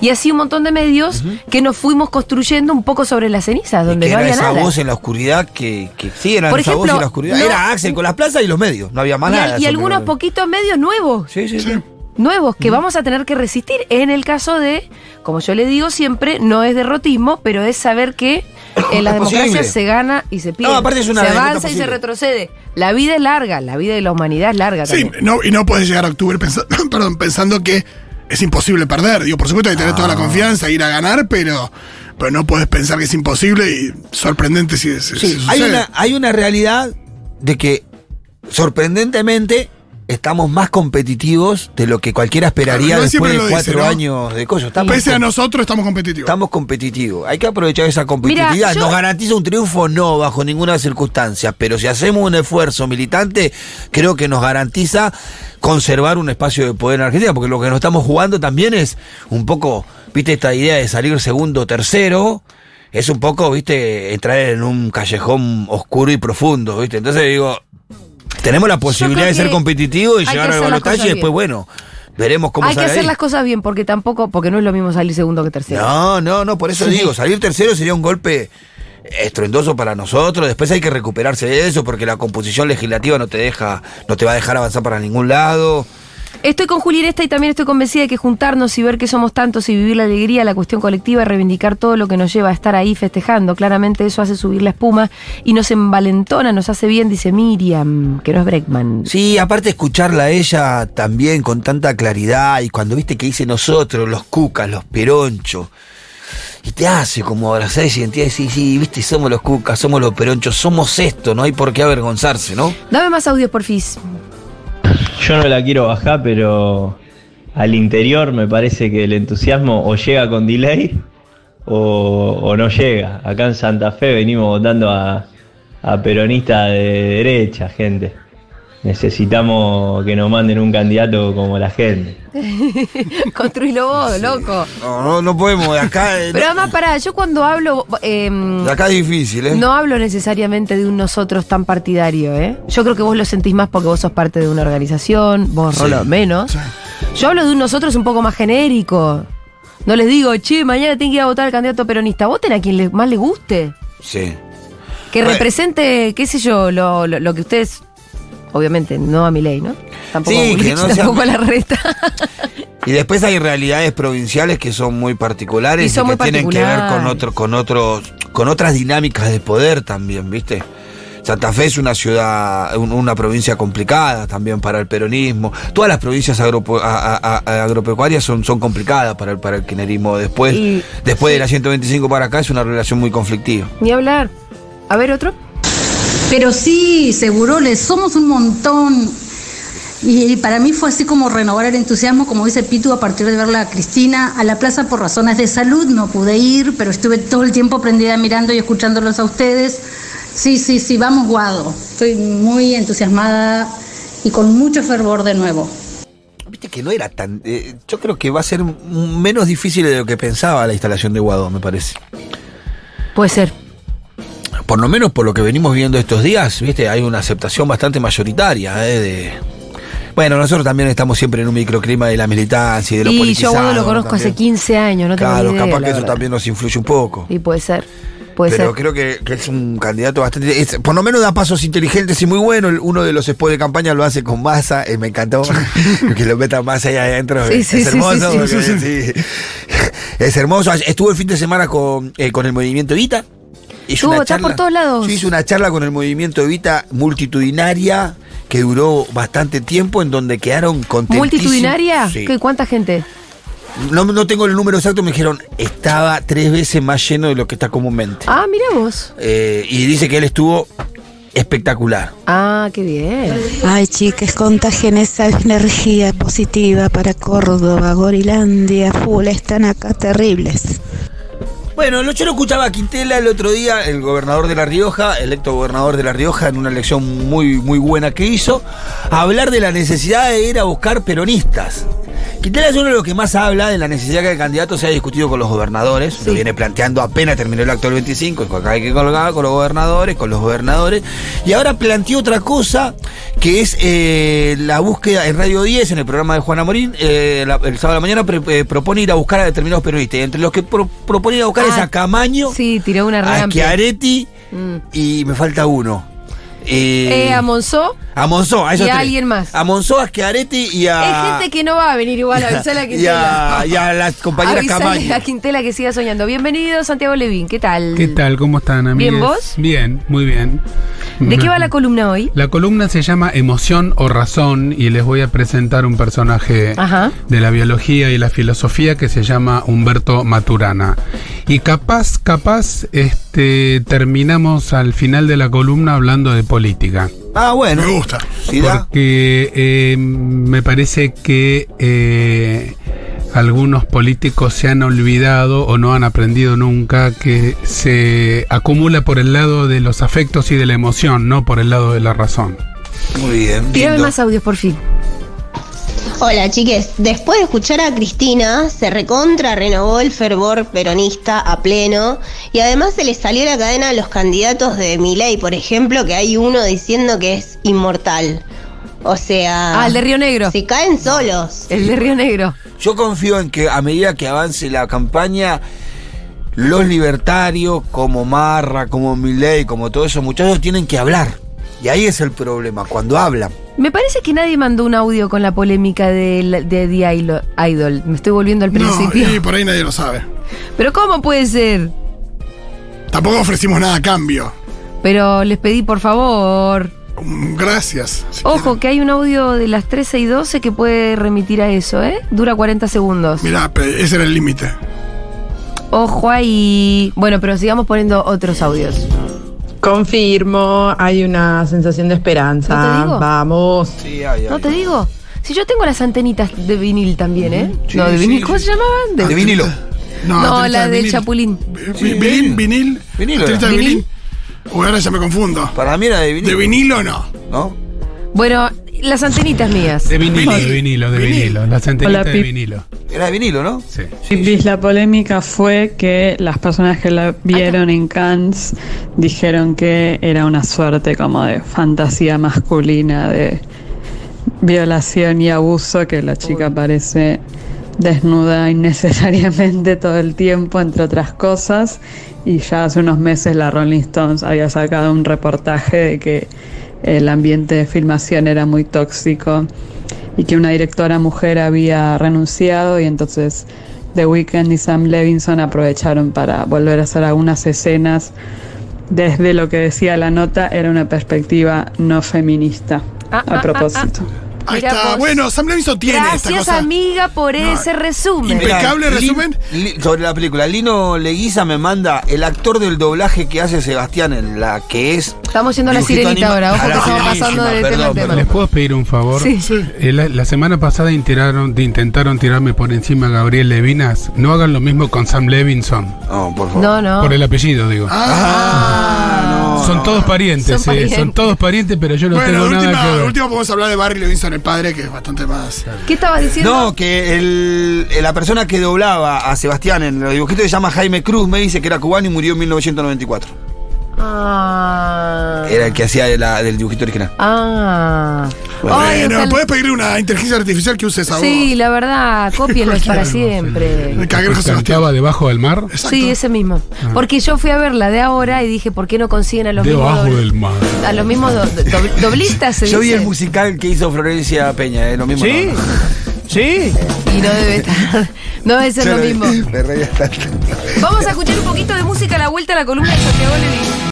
Speaker 1: Y así un montón de medios que nos fuimos construyendo un poco sobre las cenizas, donde
Speaker 3: que
Speaker 1: no
Speaker 3: era
Speaker 1: había
Speaker 3: esa
Speaker 1: nada.
Speaker 3: voz en la oscuridad que, que sí, era
Speaker 1: Por
Speaker 3: esa voz
Speaker 1: ejemplo,
Speaker 3: en la oscuridad.
Speaker 1: no-
Speaker 3: era Axel con las plazas y los medios. No había más
Speaker 1: Y, al-
Speaker 3: nada.
Speaker 1: y
Speaker 3: eso,
Speaker 1: algunos
Speaker 3: pero-
Speaker 1: poquitos medios nuevos.
Speaker 3: Sí, sí, sí.
Speaker 1: nuevos
Speaker 3: Mm.
Speaker 1: que vamos a tener que resistir en el caso de, como yo le digo siempre, no es derrotismo, pero es saber que en las
Speaker 3: Es posible.
Speaker 1: democracias se gana y se pierde.
Speaker 3: No, aparte es una
Speaker 1: se
Speaker 3: derrota
Speaker 1: avanza y se
Speaker 3: posible.
Speaker 1: retrocede. La vida es larga, la vida de la humanidad es larga
Speaker 2: Sí,
Speaker 1: también.
Speaker 2: no, y no puedes llegar a octubre pensa- perdón, pensando que es imposible perder. Digo, por supuesto hay que tener toda
Speaker 3: Ah.
Speaker 2: la confianza, ir a ganar, pero, pero no puedes pensar que es imposible y sorprendente si, si- si
Speaker 3: Sí, hay
Speaker 2: sucede.
Speaker 3: una, hay una realidad de que, sorprendentemente, estamos más competitivos de lo que cualquiera esperaría
Speaker 2: Claro, no siempre
Speaker 3: después de
Speaker 2: lo dice,
Speaker 3: cuatro
Speaker 2: ¿no?
Speaker 3: años de cosas. Estamos,
Speaker 2: Pese a nosotros estamos competitivos.
Speaker 3: estamos competitivos. Hay que aprovechar esa competitividad.
Speaker 1: yo-
Speaker 3: ¿Nos garantiza un triunfo? No, bajo ninguna circunstancia. Pero si hacemos un esfuerzo militante, creo que nos garantiza conservar un espacio de poder en Argentina. Porque lo que nos estamos jugando también es un poco, viste, esta idea de salir segundo o tercero. Es un poco, viste, entrar en un callejón oscuro y profundo, viste. Entonces digo, tenemos la posibilidad
Speaker 1: creo
Speaker 3: de ser
Speaker 1: que
Speaker 3: competitivos y
Speaker 1: hay que
Speaker 3: llegar al
Speaker 1: hacer las
Speaker 3: balotaje
Speaker 1: cosas
Speaker 3: y después,
Speaker 1: bien.
Speaker 3: bueno, veremos cómo
Speaker 1: Hay que
Speaker 3: sale
Speaker 1: hacer
Speaker 3: ahí.
Speaker 1: las cosas bien, porque tampoco, porque no es lo mismo salir segundo que tercero.
Speaker 3: No, no, no, por eso digo, salir tercero sería un golpe estruendoso para nosotros, después hay que recuperarse de eso porque la composición legislativa no te deja, no te va a dejar avanzar para ningún lado.
Speaker 1: Estoy con Juli Esta y también estoy convencida de que juntarnos y ver que somos tantos y vivir la alegría, la cuestión colectiva y reivindicar todo lo que nos lleva a estar ahí festejando. Claramente eso hace subir la espuma y nos envalentona, nos hace bien, dice Miriam, que no es Breckman.
Speaker 3: Sí, aparte escucharla a ella también con tanta claridad y cuando viste que dice nosotros, los cucas, los peronchos, y te hace como abrazar esa identidad y decir, sí, viste, somos los cucas, somos los peronchos, somos esto, no hay por qué avergonzarse, ¿no?
Speaker 1: Dame más audios, porfis.
Speaker 11: Yo no la quiero bajar, pero al interior me parece que el entusiasmo o llega con delay o, o no llega. Acá en Santa Fe venimos votando a, a peronistas de derecha, gente. necesitamos que nos manden un candidato como la gente.
Speaker 1: Construílo vos, loco.
Speaker 3: No, no, no podemos, de acá, eh,
Speaker 1: Pero además, pará, yo cuando hablo. eh,
Speaker 3: de acá es difícil, ¿eh?
Speaker 1: No hablo necesariamente de un nosotros tan partidario, ¿eh? Yo creo que vos lo sentís más porque vos sos parte de una organización, vos
Speaker 3: Sí.
Speaker 1: Rolo, menos. Yo hablo de un nosotros un poco más genérico. No les digo, che, mañana tienen que ir a votar al candidato peronista. Voten a quien le- más les guste.
Speaker 3: Sí.
Speaker 1: Que
Speaker 3: Bueno.
Speaker 1: represente, qué sé yo, lo, lo- lo que ustedes. Obviamente, no a mi ley, ¿no? Tampoco, a
Speaker 3: Sí,
Speaker 1: Bullrich,
Speaker 3: que no sea-
Speaker 1: tampoco a la resta.
Speaker 3: Y después hay realidades provinciales que son muy particulares
Speaker 1: Y
Speaker 3: y,
Speaker 1: son
Speaker 3: que
Speaker 1: muy
Speaker 3: tienen que ver con
Speaker 1: particulares.
Speaker 3: otro, con otros, con otras dinámicas de poder también, ¿viste? Santa Fe es una ciudad, un- una provincia complicada también para el peronismo. Todas las provincias agropo- a- a- a- agropecuarias son, son complicadas para el, para el kirchnerismo. Después,
Speaker 1: Y-
Speaker 3: después de la 125 para acá es una relación muy conflictiva.
Speaker 1: Ni hablar. A ver, otro.
Speaker 12: Pero sí, seguroles, somos un montón. Y para mí fue así como renovar el entusiasmo, como dice Pitu, a partir de verla a Cristina a la plaza por razones de salud. No pude ir, pero estuve todo el tiempo prendida mirando y escuchándolos a ustedes. Sí, sí, sí, vamos, Guado. Estoy muy entusiasmada y con mucho fervor de nuevo.
Speaker 3: Viste que no era tan. eh, yo creo que va a ser m- menos difícil de lo que pensaba la instalación de Guado, me parece.
Speaker 1: Puede ser.
Speaker 3: por lo menos por lo que venimos viendo estos días, viste, hay una aceptación bastante mayoritaria eh, de. Bueno, nosotros también estamos siempre en un microclima de la militancia y de lo
Speaker 1: Y yo a
Speaker 3: politizado.
Speaker 1: Guado lo conozco
Speaker 3: también.
Speaker 1: hace 15 años, no tengo
Speaker 3: Claro,
Speaker 1: ni idea,
Speaker 3: capaz
Speaker 1: la
Speaker 3: que eso
Speaker 1: verdad.
Speaker 3: también nos influye un poco.
Speaker 1: Y puede ser. Puede
Speaker 3: Pero
Speaker 1: ser.
Speaker 3: creo que, que es un candidato bastante. es- por lo menos da pasos inteligentes y muy buenos. Uno de los spots de campaña lo hace con masa. me encantó que lo meta masa ahí adentro.
Speaker 1: Sí,
Speaker 3: es
Speaker 1: sí, sí,
Speaker 3: hermoso.
Speaker 1: sí, sí,
Speaker 3: porque- sí. Es hermoso. Estuvo el fin de semana con, eh, con el movimiento Evita. Hizo
Speaker 1: Estuvo,
Speaker 3: una
Speaker 1: está
Speaker 3: charla-
Speaker 1: por todos lados.
Speaker 3: Sí, hizo una charla con el movimiento Evita multitudinaria que duró bastante tiempo, en donde quedaron contentísimos.
Speaker 1: ¿Multitudinaria?
Speaker 3: Sí.
Speaker 1: ¿Qué, ¿Cuánta gente?
Speaker 3: No, no tengo el número exacto, me dijeron, estaba tres veces más lleno de lo que está comúnmente.
Speaker 1: Ah, mira vos.
Speaker 3: Eh, y dice que él estuvo espectacular.
Speaker 1: Ah, qué bien.
Speaker 13: Ay, chicas, contagien esa energía positiva para Córdoba, Gorilandia, full, están acá terribles.
Speaker 3: Bueno, lo- yo lo escuchaba a Quintela el otro día, el gobernador de La Rioja, electo gobernador de La Rioja, en una elección muy, muy buena que hizo, hablar de la necesidad de ir a buscar peronistas. Quintela es uno de los que más habla de la necesidad que el candidato sea discutido con los gobernadores. Lo viene planteando apenas terminó el acto del 25, que acá hay que colgar con los gobernadores, con los gobernadores. Y ahora planteó otra cosa, que es eh, la búsqueda en Radio 10, en el programa de Juana Morín, eh, la- el sábado de la mañana pre- eh, propone ir a buscar a determinados periodistas. Y entre los que pro- propone ir a buscar es a Camaño,
Speaker 1: Ah, Sí, tiró una
Speaker 3: a
Speaker 1: rampa.
Speaker 3: Chiaretti
Speaker 1: Mm.
Speaker 3: y me falta uno. Eh,
Speaker 1: Eh, a Monzó.
Speaker 3: a Monzó, a esos
Speaker 1: y a
Speaker 3: tres.
Speaker 1: alguien más.
Speaker 3: A Monzó, a Chiaretti y a...
Speaker 1: Hay gente que no va a venir igual a avisar a
Speaker 3: y
Speaker 1: Quintela.
Speaker 3: a, y a las compañeras
Speaker 1: Avisale
Speaker 3: Camaño.
Speaker 1: a Quintela que siga soñando. Bienvenido, Santiago Levín. ¿Qué tal?
Speaker 14: ¿Qué tal? ¿Cómo están, amigos?
Speaker 1: ¿Bien vos?
Speaker 14: Bien, muy bien.
Speaker 1: ¿De qué va la columna hoy?
Speaker 14: La columna se llama Emoción o Razón y les voy a presentar un personaje
Speaker 1: Ajá.
Speaker 14: de la biología y la filosofía que se llama Humberto Maturana. Y capaz, capaz, este, terminamos al final de la columna hablando de política.
Speaker 3: Ah, bueno. Me gusta.
Speaker 14: Porque eh, me parece que eh, algunos políticos se han olvidado o no han aprendido nunca que se acumula por el lado de los afectos y de la emoción, no por el lado de la razón.
Speaker 3: Muy bien.
Speaker 1: Tirame más audios, por fin.
Speaker 15: Hola chiques, después de escuchar a Cristina, se recontra renovó el fervor peronista a pleno y además se le salió la cadena a los candidatos de Milei, por ejemplo, que hay uno diciendo que es inmortal. O sea...
Speaker 1: Ah, el de Río
Speaker 15: Negro. Se caen solos.
Speaker 1: El de Río Negro.
Speaker 3: Yo confío en que a medida que avance la campaña, los libertarios, como Marra, como Milley, como todos esos muchachos, tienen que hablar. Y ahí es el problema, cuando hablan.
Speaker 1: Me parece que nadie mandó un audio con la polémica de, de The Idol- Idol. Me estoy volviendo al
Speaker 2: No,
Speaker 1: principio.
Speaker 2: y por ahí nadie lo sabe.
Speaker 1: Pero ¿cómo puede ser?
Speaker 2: Tampoco ofrecimos nada a cambio.
Speaker 1: Pero les pedí, por favor.
Speaker 2: Mm, Gracias.
Speaker 1: Ojo, que hay un audio de las 13 y 12 que puede remitir a eso, ¿eh? Dura 40 segundos.
Speaker 2: Mirá, pe- ese era el límite.
Speaker 1: Ojo ahí. Bueno, pero sigamos poniendo otros audios.
Speaker 16: Confirmo, hay una sensación de esperanza.
Speaker 1: ¿No te digo?
Speaker 16: Vamos.
Speaker 1: ¿No te digo? Si yo tengo las antenitas de vinil también, ¿eh?
Speaker 2: Sí,
Speaker 1: no, de
Speaker 2: sí,
Speaker 1: vinil.
Speaker 2: sí.
Speaker 1: ¿Cómo se llamaban?
Speaker 3: De vinilo.
Speaker 1: No,
Speaker 2: antenita
Speaker 1: la del
Speaker 2: vinil.
Speaker 1: chapulín.
Speaker 2: Vi- vinil, vinil.
Speaker 3: Vinilo
Speaker 2: Antenita de
Speaker 3: era.
Speaker 2: vinil. Uy, ahora ya me confundo.
Speaker 3: Para mí era de vinilo.
Speaker 2: ¿De vinilo no?
Speaker 3: ¿No?
Speaker 1: Bueno, las antenitas mías.
Speaker 14: De vinilo, de vinilo, de vinilo. Las antenitas
Speaker 17: Hola,
Speaker 14: de
Speaker 17: Pip.
Speaker 14: vinilo.
Speaker 3: Era de vinilo, ¿no?
Speaker 14: Sí.
Speaker 17: Pipis, la polémica fue que las personas que la vieron en Cannes dijeron que era una suerte como de fantasía masculina, de violación y abuso, que la chica aparece desnuda innecesariamente todo el tiempo, entre otras cosas. Y ya hace unos meses la Rolling Stones había sacado un reportaje de que el ambiente de filmación era muy tóxico y que una directora mujer había renunciado y entonces The Weeknd y Sam Levinson aprovecharon para volver a hacer algunas escenas desde lo que decía la nota era una perspectiva no feminista
Speaker 1: Ah,
Speaker 17: a propósito.
Speaker 2: Ahí
Speaker 1: Mirá
Speaker 2: está.
Speaker 1: vos.
Speaker 2: Bueno, Sam Levinson tiene esta
Speaker 1: Gracias,
Speaker 2: cosa.
Speaker 1: amiga, por
Speaker 2: No,
Speaker 1: ese resumen.
Speaker 3: Impecable resumen. sobre la película, Lino Leguiza me manda el actor del doblaje que hace Sebastián en la que es.
Speaker 1: Estamos yendo a la
Speaker 3: dibujito
Speaker 1: sirenita
Speaker 3: anima-
Speaker 1: ahora, ojo
Speaker 3: a
Speaker 1: que
Speaker 3: la
Speaker 1: estamos
Speaker 3: sirenita,
Speaker 1: pasando del tema al
Speaker 3: perdón,
Speaker 1: tema.
Speaker 3: perdón.
Speaker 14: ¿Les puedo pedir un favor?
Speaker 1: Sí. Sí.
Speaker 14: Eh, La, la semana pasada intentaron, intentaron tirarme por encima a Gabriel Levinas. No hagan lo mismo con Sam Levinson.
Speaker 3: No, por favor.
Speaker 1: No, no.
Speaker 14: Por el apellido,
Speaker 2: Ah,
Speaker 14: digo.
Speaker 1: Ah.
Speaker 14: son todos parientes,
Speaker 1: Son
Speaker 14: eh, son,
Speaker 1: parientes.
Speaker 14: todos parientes, pero yo no
Speaker 2: Bueno,
Speaker 14: tengo
Speaker 2: última,
Speaker 14: nada que ver.
Speaker 2: último podemos hablar de Barry Levinson, el padre, que es bastante más.
Speaker 1: ¿Qué estabas diciendo?
Speaker 3: No, que el- eh, la persona que doblaba a Sebastián en los dibujitos se llama Jaime Cruz, me dice que era cubano y murió en 1994.
Speaker 1: Ah.
Speaker 3: Era el que hacía de la- del dibujito original.
Speaker 1: Ah. Ay,
Speaker 2: Bueno, pues,
Speaker 1: ojalá-
Speaker 2: puedes pedir una inteligencia artificial que use esa voz.
Speaker 1: Sí, la verdad, cópienlo para siempre.
Speaker 2: El cangrejo
Speaker 14: ¿Que
Speaker 2: Sebastián.
Speaker 14: ¿Cantaba debajo del mar?
Speaker 1: Sí, ese mismo. Porque yo fui a ver la de ahora y dije, ¿por qué no consiguen a los
Speaker 14: Debajo
Speaker 1: mismos
Speaker 14: del mar.
Speaker 1: do- a los mismos do- do- doble- doblistas? Se
Speaker 3: Yo vi
Speaker 1: dice?
Speaker 3: el musical que hizo Florencia Peña, eh, lo mismo.
Speaker 4: ¿Sí?
Speaker 3: no, no.
Speaker 4: ¿Sí?
Speaker 1: Y no debe estar, no debe ser
Speaker 3: Yo
Speaker 1: lo
Speaker 3: vi,
Speaker 1: mismo.
Speaker 3: Me reía tanto.
Speaker 1: Vamos a escuchar un poquito de música a la vuelta a la columna de Santiago Levy.